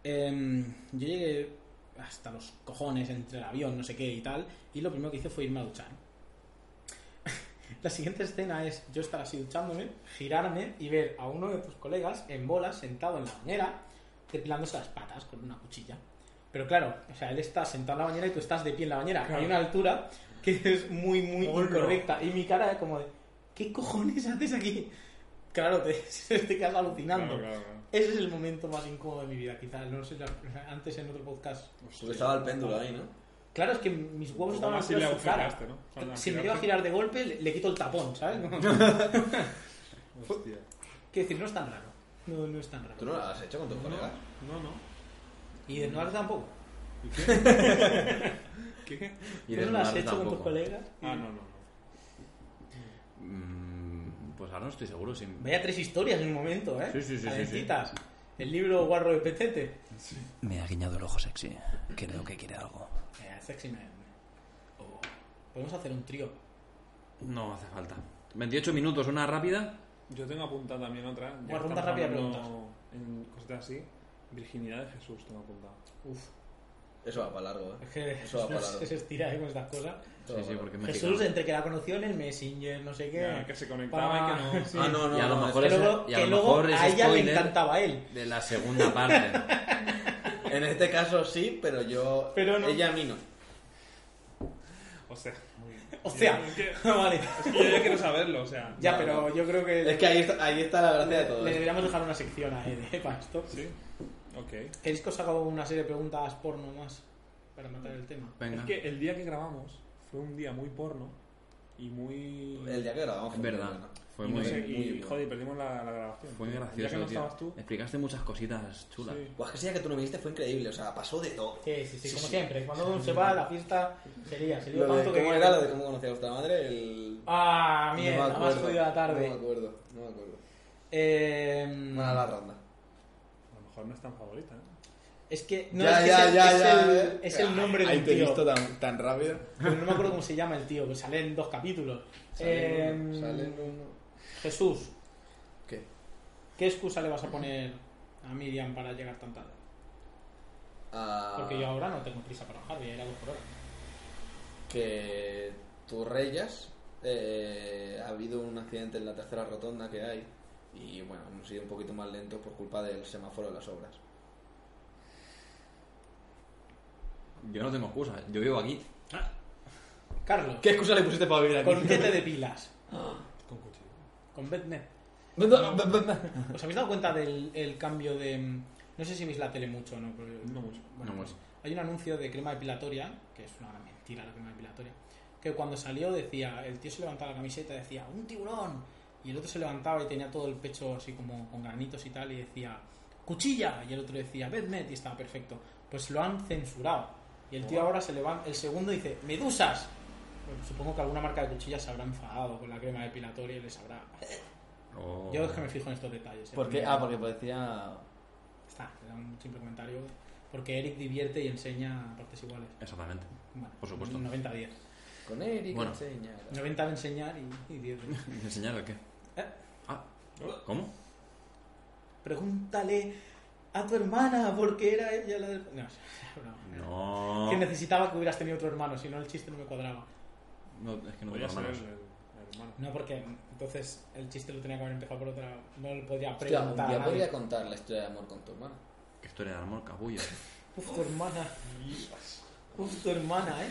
Speaker 1: Em, yo llegué hasta los cojones entre el avión, no sé qué y tal, y lo primero que hice fue irme a duchar. <laughs> La siguiente escena es yo estar así duchándome, girarme y ver a uno de tus colegas en bolas, sentado en la bañera, depilándose las patas con una cuchilla. Pero claro, o sea, él está sentado en la bañera y tú estás de pie en la bañera. Hay una altura que es muy, muy incorrecta. Y mi cara es como de, ¿qué cojones haces aquí? Claro, te, <laughs> te quedas alucinando.
Speaker 5: Claro, claro, claro.
Speaker 1: Ese es el momento más incómodo de mi vida, quizás. No sé, la- antes en otro podcast.
Speaker 3: Porque estaba el péndulo ahí, ¿no?
Speaker 1: Claro, es que mis huevos
Speaker 5: Como
Speaker 1: estaban
Speaker 5: así
Speaker 1: altura
Speaker 5: le
Speaker 1: de su cara.
Speaker 5: agujeraste, ¿no? Cuando
Speaker 1: Si me iba a
Speaker 5: giraste.
Speaker 1: girar de golpe, le, le quito el tapón, ¿sabes?
Speaker 5: Hostia.
Speaker 1: Quiero decir, no es tan raro. No, no es tan raro.
Speaker 3: ¿Tú no lo has hecho con tus colegas?
Speaker 5: No, no.
Speaker 1: Y de Noir tampoco.
Speaker 5: <laughs> ¿Qué?
Speaker 8: Y
Speaker 1: ¿Tú no lo
Speaker 8: desnudarte
Speaker 1: has hecho con tus
Speaker 8: tampoco.
Speaker 1: colegas?
Speaker 5: Ah, no, no, no.
Speaker 8: Mm, pues ahora no estoy seguro. Si...
Speaker 1: Vaya tres historias en un momento, ¿eh?
Speaker 8: Sí, sí, sí, sí, sí.
Speaker 1: Calentitas. El libro Guarro de Petete.
Speaker 8: Me ha guiñado el ojo sexy. Creo que quiere algo.
Speaker 1: Eh, sexy man. Oh. Podemos hacer un trío.
Speaker 8: No hace falta. 28 minutos, una rápida.
Speaker 5: Yo tengo apuntada también otra. ya
Speaker 1: Una
Speaker 5: que
Speaker 1: ronda
Speaker 5: estamos
Speaker 1: rápida de
Speaker 5: hablando En cositas así. Virginidad de Jesús tengo apuntado.
Speaker 1: Uf.
Speaker 3: Eso va para largo, ¿eh?
Speaker 1: Es que
Speaker 3: Eso va para largo.
Speaker 1: se estira ¿eh? con estas cosas.
Speaker 8: sí,
Speaker 3: Eso va
Speaker 8: sí,
Speaker 3: para
Speaker 8: porque es
Speaker 1: Jesús,
Speaker 8: mexicano.
Speaker 1: entre que la conoció en el Messenger, no sé qué.
Speaker 5: Ya, que se conectaba y que no.
Speaker 1: Sí.
Speaker 3: largo. Ah, no, no,
Speaker 8: Y a lo
Speaker 3: no,
Speaker 8: mejor
Speaker 1: que
Speaker 8: es-
Speaker 1: luego,
Speaker 8: y a lo
Speaker 1: que luego
Speaker 8: mejor es
Speaker 1: a ella le
Speaker 8: spoiler.
Speaker 1: encantaba a él.
Speaker 8: De la segunda parte.
Speaker 3: En este caso sí, pero yo...
Speaker 1: Pero no.
Speaker 3: Ella a mí no.
Speaker 5: O sea,
Speaker 1: O sea,
Speaker 5: Es que-
Speaker 1: <laughs> vale.
Speaker 5: es que yo ya quiero saberlo, o sea.
Speaker 1: Ya,
Speaker 3: No,
Speaker 1: pero
Speaker 3: no.
Speaker 1: yo creo que,
Speaker 3: Es que ahí está, ahí está la gracia de todo.
Speaker 1: le
Speaker 3: esto.
Speaker 1: deberíamos dejar una sección a él eh, <laughs> para esto.
Speaker 5: Sí. Ok.
Speaker 1: ¿Queréis que os haga una serie de preguntas porno más para matar el tema?
Speaker 8: Venga.
Speaker 5: Es que el día que grabamos fue un día muy porno y muy.
Speaker 3: El día que grabamos.
Speaker 8: Es verdad. Fue
Speaker 5: y no
Speaker 8: muy,
Speaker 5: sé, y,
Speaker 3: muy bueno.
Speaker 5: joder, perdimos la, la grabación.
Speaker 8: fue muy
Speaker 5: El día que
Speaker 8: gracioso,
Speaker 5: no
Speaker 8: tío.
Speaker 5: estabas tú.
Speaker 8: Explicaste muchas cositas chulas.
Speaker 5: Sí.
Speaker 3: Pues que sea que tú no viniste fue increíble, o sea, pasó de todo.
Speaker 1: Sí, sí, sí, como siempre. Cuando uno se va, la fiesta sería. Se lía
Speaker 3: Lo de
Speaker 1: tanto que.
Speaker 3: ¿Cómo era lo de cómo conocía a vuestra madre? El...
Speaker 1: Ah,
Speaker 3: No me
Speaker 1: mierda, más
Speaker 3: acuerdo.
Speaker 1: jodida la
Speaker 3: No me
Speaker 1: tarde.
Speaker 3: acuerdo, no me acuerdo.
Speaker 1: Eh,
Speaker 3: Mala la ronda.
Speaker 5: A lo mejor no es tan favorita, ¿eh?
Speaker 1: Es que no
Speaker 9: Ya,
Speaker 1: es, que
Speaker 9: ya,
Speaker 1: es el-
Speaker 9: ya,
Speaker 1: es
Speaker 9: ya,
Speaker 1: el,
Speaker 9: eh.
Speaker 1: es
Speaker 3: Ah,
Speaker 1: el nombre
Speaker 9: Ahí
Speaker 1: del
Speaker 9: te he
Speaker 1: tío.
Speaker 9: visto tan, tan rápido.
Speaker 1: Pero no me acuerdo cómo se llama el tío, que sale en dos capítulos.
Speaker 9: Sale
Speaker 1: Em,
Speaker 9: uno, sale uno.
Speaker 1: Jesús,
Speaker 9: ¿Qué?
Speaker 1: ¿qué excusa le vas a poner a Miriam para llegar tan tarde?
Speaker 3: Ah,
Speaker 1: Porque yo ahora no tengo prisa para bajar, voy a ir a dos por hora.
Speaker 3: Que tú reyes. eh, ha habido un accidente en la tercera rotonda que hay. Y bueno, hemos sido un poquito más lentos por culpa del semáforo de las obras.
Speaker 8: Yo no tengo excusa, yo vivo aquí.
Speaker 1: Carlos,
Speaker 9: Ah. ¿Qué Ah. excusa le pusiste para vivir aquí?
Speaker 1: <laughs> ¿con qué te depilas?
Speaker 5: Con cuchillo.
Speaker 1: Con Betnet.
Speaker 9: No, no, no, no, no.
Speaker 1: ¿Os habéis dado cuenta del el cambio de... mm, No sé si veis la tele mucho o no. pero-
Speaker 5: No mucho.
Speaker 1: Bueno,
Speaker 8: No pues, mucho.
Speaker 1: Hay un anuncio de crema depilatoria, que es una gran mentira la crema depilatoria, que cuando salió decía, el tío se levantaba la camiseta y decía, un tiburón. Y el otro se levantaba y tenía todo el pecho así como con granitos y tal y decía, cuchilla. Y el otro decía, Bednet y estaba perfecto. Pues lo han censurado. Y el tío ahora se levanta, el segundo dice, medusas. Bueno, supongo que alguna marca de cuchillas se habrá enfadado con la crema depilatoria y les habrá... Yo es que me fijo en estos detalles. ¿eh?
Speaker 9: Oh. ¿Por qué? Ah, porque parecía.
Speaker 1: Está, era un simple comentario. Porque Eric divierte y enseña a partes iguales.
Speaker 8: Exactamente.
Speaker 1: Bueno,
Speaker 8: Por supuesto.
Speaker 1: 90-10.
Speaker 3: Con Eric
Speaker 8: Bueno.
Speaker 3: enseña.
Speaker 1: 90 de enseñar y, y 10 de...
Speaker 8: ¿Y ¿Enseñar el qué?
Speaker 1: ¿Eh?
Speaker 8: Ah, ¿cómo?
Speaker 1: Pregúntale a tu hermana porque era ella la del... No, <laughs> es broma.
Speaker 8: No.
Speaker 1: Que necesitaba que hubieras tenido otro hermano, si no el chiste no me cuadraba.
Speaker 8: no es que no tengo
Speaker 5: Podría ser el,
Speaker 8: hermanos.
Speaker 5: el hermano.
Speaker 1: No, porque entonces el chiste lo tenía que haber empezado por otra... No lo podía
Speaker 3: Hostia,
Speaker 1: preguntar
Speaker 3: un
Speaker 1: a
Speaker 3: día
Speaker 1: nadie.
Speaker 3: podría contar la historia de amor con tu hermana.
Speaker 8: Qué historia de amor, cabullo.
Speaker 1: Uf, tu hermana. Uf, tu hermana, ¿eh?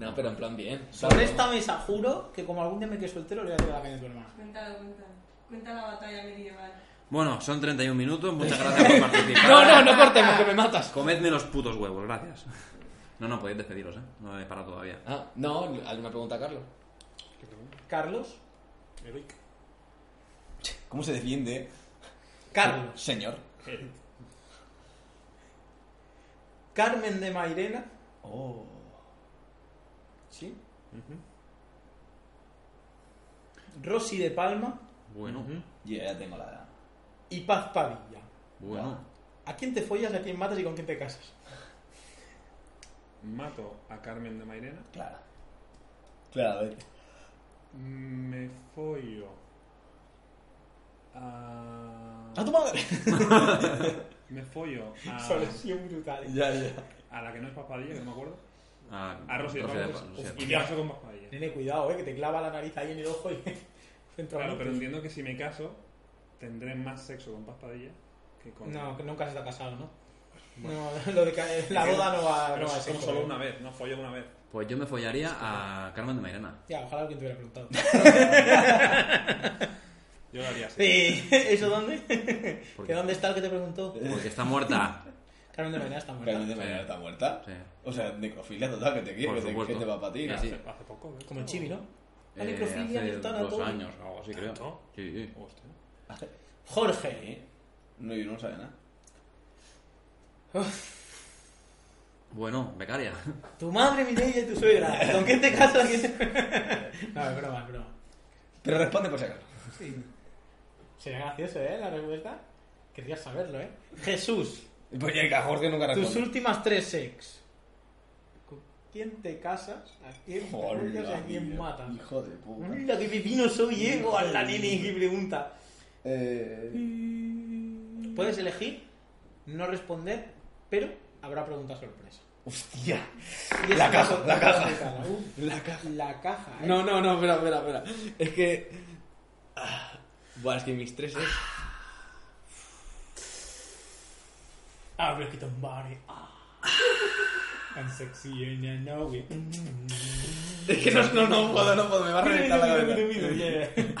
Speaker 3: No, pero en plan bien.
Speaker 1: Sobre esta mesa juro que como algún día me quede soltero le voy a tirar la caña a tu hermana.
Speaker 6: Cuéntalo, cuéntalo. Cuenta la batalla medieval.
Speaker 8: Bueno, son 31 minutos,
Speaker 5: <laughs>
Speaker 8: muchas gracias por participar.
Speaker 9: No, no, no
Speaker 1: Ah.
Speaker 9: cortemos, que me matas.
Speaker 8: Comedme los putos huevos, gracias. No, no, podéis despediros, ¿eh? No he parado todavía.
Speaker 3: Ah, no, alguna pregunta, Carlos.
Speaker 1: Carlos.
Speaker 5: Eric.
Speaker 3: ¿Cómo se defiende,
Speaker 1: Carlos.
Speaker 3: señor?
Speaker 5: Eric.
Speaker 1: Carmen de Mairena.
Speaker 9: Oh.
Speaker 1: Sí. Rosy de Palma
Speaker 8: Bueno,
Speaker 3: Yo ya tengo la edad.
Speaker 1: y Paz Padilla.
Speaker 8: bueno.
Speaker 1: ¿A quién te follas, a quién matas y con quién te casas?
Speaker 5: Mato a Carmen de Mairena.
Speaker 3: Clara. Clara,
Speaker 5: Me follo a...
Speaker 3: ¡A tu madre!
Speaker 5: Me follo
Speaker 1: Solo
Speaker 5: a...
Speaker 1: brutal.
Speaker 3: ya, ya.
Speaker 5: a la que no es Papadilla, que no me acuerdo.
Speaker 8: Ah,
Speaker 5: A Rosy de Ramos. pues,
Speaker 8: Rosy
Speaker 5: Y
Speaker 8: de-
Speaker 5: me caso con Papadilla.
Speaker 1: Nene, cuidado, eh, que te clava la nariz ahí en el ojo y <laughs> centro
Speaker 5: Claro,
Speaker 1: norte.
Speaker 5: pero entiendo que si me caso, tendré más sexo con Paz Padilla que con...
Speaker 1: No, que nunca se está casado, ¿no? No, <laughs> lo de ca- la boda no va, Ah, no
Speaker 5: Pero
Speaker 1: va a
Speaker 5: es
Speaker 1: ser
Speaker 5: como solo una vez, no follo una vez.
Speaker 8: Pues yo me follaría a Carmen de Mairena.
Speaker 1: Ya, ojalá alguien te hubiera preguntado.
Speaker 5: Yo lo haría así.
Speaker 1: Sí, <laughs> ¿Eso dónde?
Speaker 8: ¿Por
Speaker 1: ¿Que
Speaker 8: qué?
Speaker 1: dónde está el que te preguntó?
Speaker 8: Porque está muerta.
Speaker 1: Carmen de Mairena está muerta.
Speaker 3: Realmente mañana está muerta.
Speaker 8: Sí.
Speaker 3: O sea, necrofilia total que te quiere,
Speaker 8: Por
Speaker 3: que te,
Speaker 8: supuesto.
Speaker 3: que te va para ti.
Speaker 8: Ya,
Speaker 3: Así.
Speaker 8: sí.
Speaker 5: Hace, hace poco, ¿eh?
Speaker 1: Como el chibi, ¿no? La
Speaker 8: Eh,
Speaker 1: necrofilia
Speaker 8: hace
Speaker 1: del
Speaker 8: dos
Speaker 1: tanatorio.
Speaker 8: años o algo así, creo.
Speaker 5: ¿Tanto?
Speaker 8: Sí, sí.
Speaker 5: Hostia.
Speaker 1: Jorge.
Speaker 3: No, yo no sabía nada.
Speaker 8: Bueno, becaria.
Speaker 1: Tu madre, mi y tu suegra. ¿Con quién te casas? <laughs> ¿Quién te- no, es broma, es broma.
Speaker 3: Pero responde por si acaso.
Speaker 1: Sería gracioso, ¿eh? La respuesta. Querría saberlo, ¿eh? Jesús,
Speaker 3: Pues llega Jorge nunca
Speaker 1: tus
Speaker 3: responde.
Speaker 1: últimas tres sex. ¿Con quién te casas? ¿A quién te
Speaker 3: Hola,
Speaker 1: follas y a quién
Speaker 3: mía,
Speaker 1: matas?
Speaker 3: Hijo de puta.
Speaker 1: Mira qué pepino soy, eh. A la nene que pregunta.
Speaker 3: Eh,
Speaker 1: Puedes elegir no responder, pero habrá pregunta sorpresa.
Speaker 3: hostia.
Speaker 1: Y es
Speaker 3: La
Speaker 1: una
Speaker 3: caja,
Speaker 1: sor-
Speaker 3: la caja.
Speaker 1: Uf,
Speaker 3: La caja.
Speaker 1: La caja, ¿eh?
Speaker 3: No, no, no, espera, espera, espera. Es que. Ah, Buah, es que mis tres es.
Speaker 1: Abre que body. I'm sexy and I know it.
Speaker 3: <laughs> Es que no, no, no puedo, no puedo, me va a reventar la cabeza.
Speaker 1: Le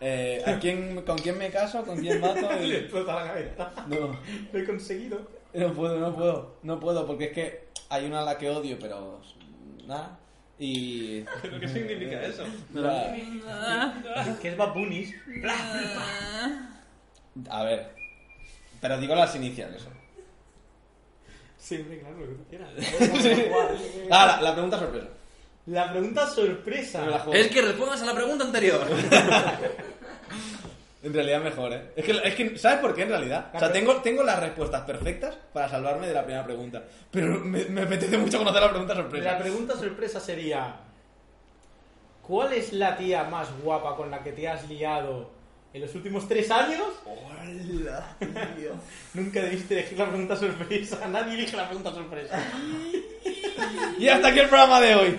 Speaker 3: Eh, ¿a quién, ¿Con quién me caso? ¿Con quién mato? <laughs> Y-
Speaker 1: explota la cabeza.
Speaker 3: No,
Speaker 1: Lo he conseguido.
Speaker 3: no puedo, no puedo, no puedo, porque es que hay una a la que odio, pero. Nada. <laughs> Y.
Speaker 5: ¿Pero qué significa eso?
Speaker 3: la-
Speaker 1: Que es Bad Bunny.
Speaker 3: a ver. Pero digo las iniciales.
Speaker 1: <laughs> Sí, hombre, claro, lo que tú quieras.
Speaker 3: Ah, la, la pregunta sorpresa.
Speaker 1: La pregunta sorpresa.
Speaker 8: Es que respondas a la pregunta anterior.
Speaker 3: En realidad mejor, ¿eh? Es que, es que ¿sabes por qué en realidad? O sea, tengo, tengo las respuestas perfectas para salvarme de la primera pregunta. Pero me, me apetece mucho conocer la pregunta sorpresa.
Speaker 1: La pregunta sorpresa sería: ¿Cuál es la tía más guapa con la que te has liado en los últimos tres años?
Speaker 3: ¡Hola, tío!
Speaker 1: <laughs> Nunca debiste elegir la pregunta sorpresa. Nadie elige la pregunta sorpresa.
Speaker 3: y hasta aquí el programa de hoy.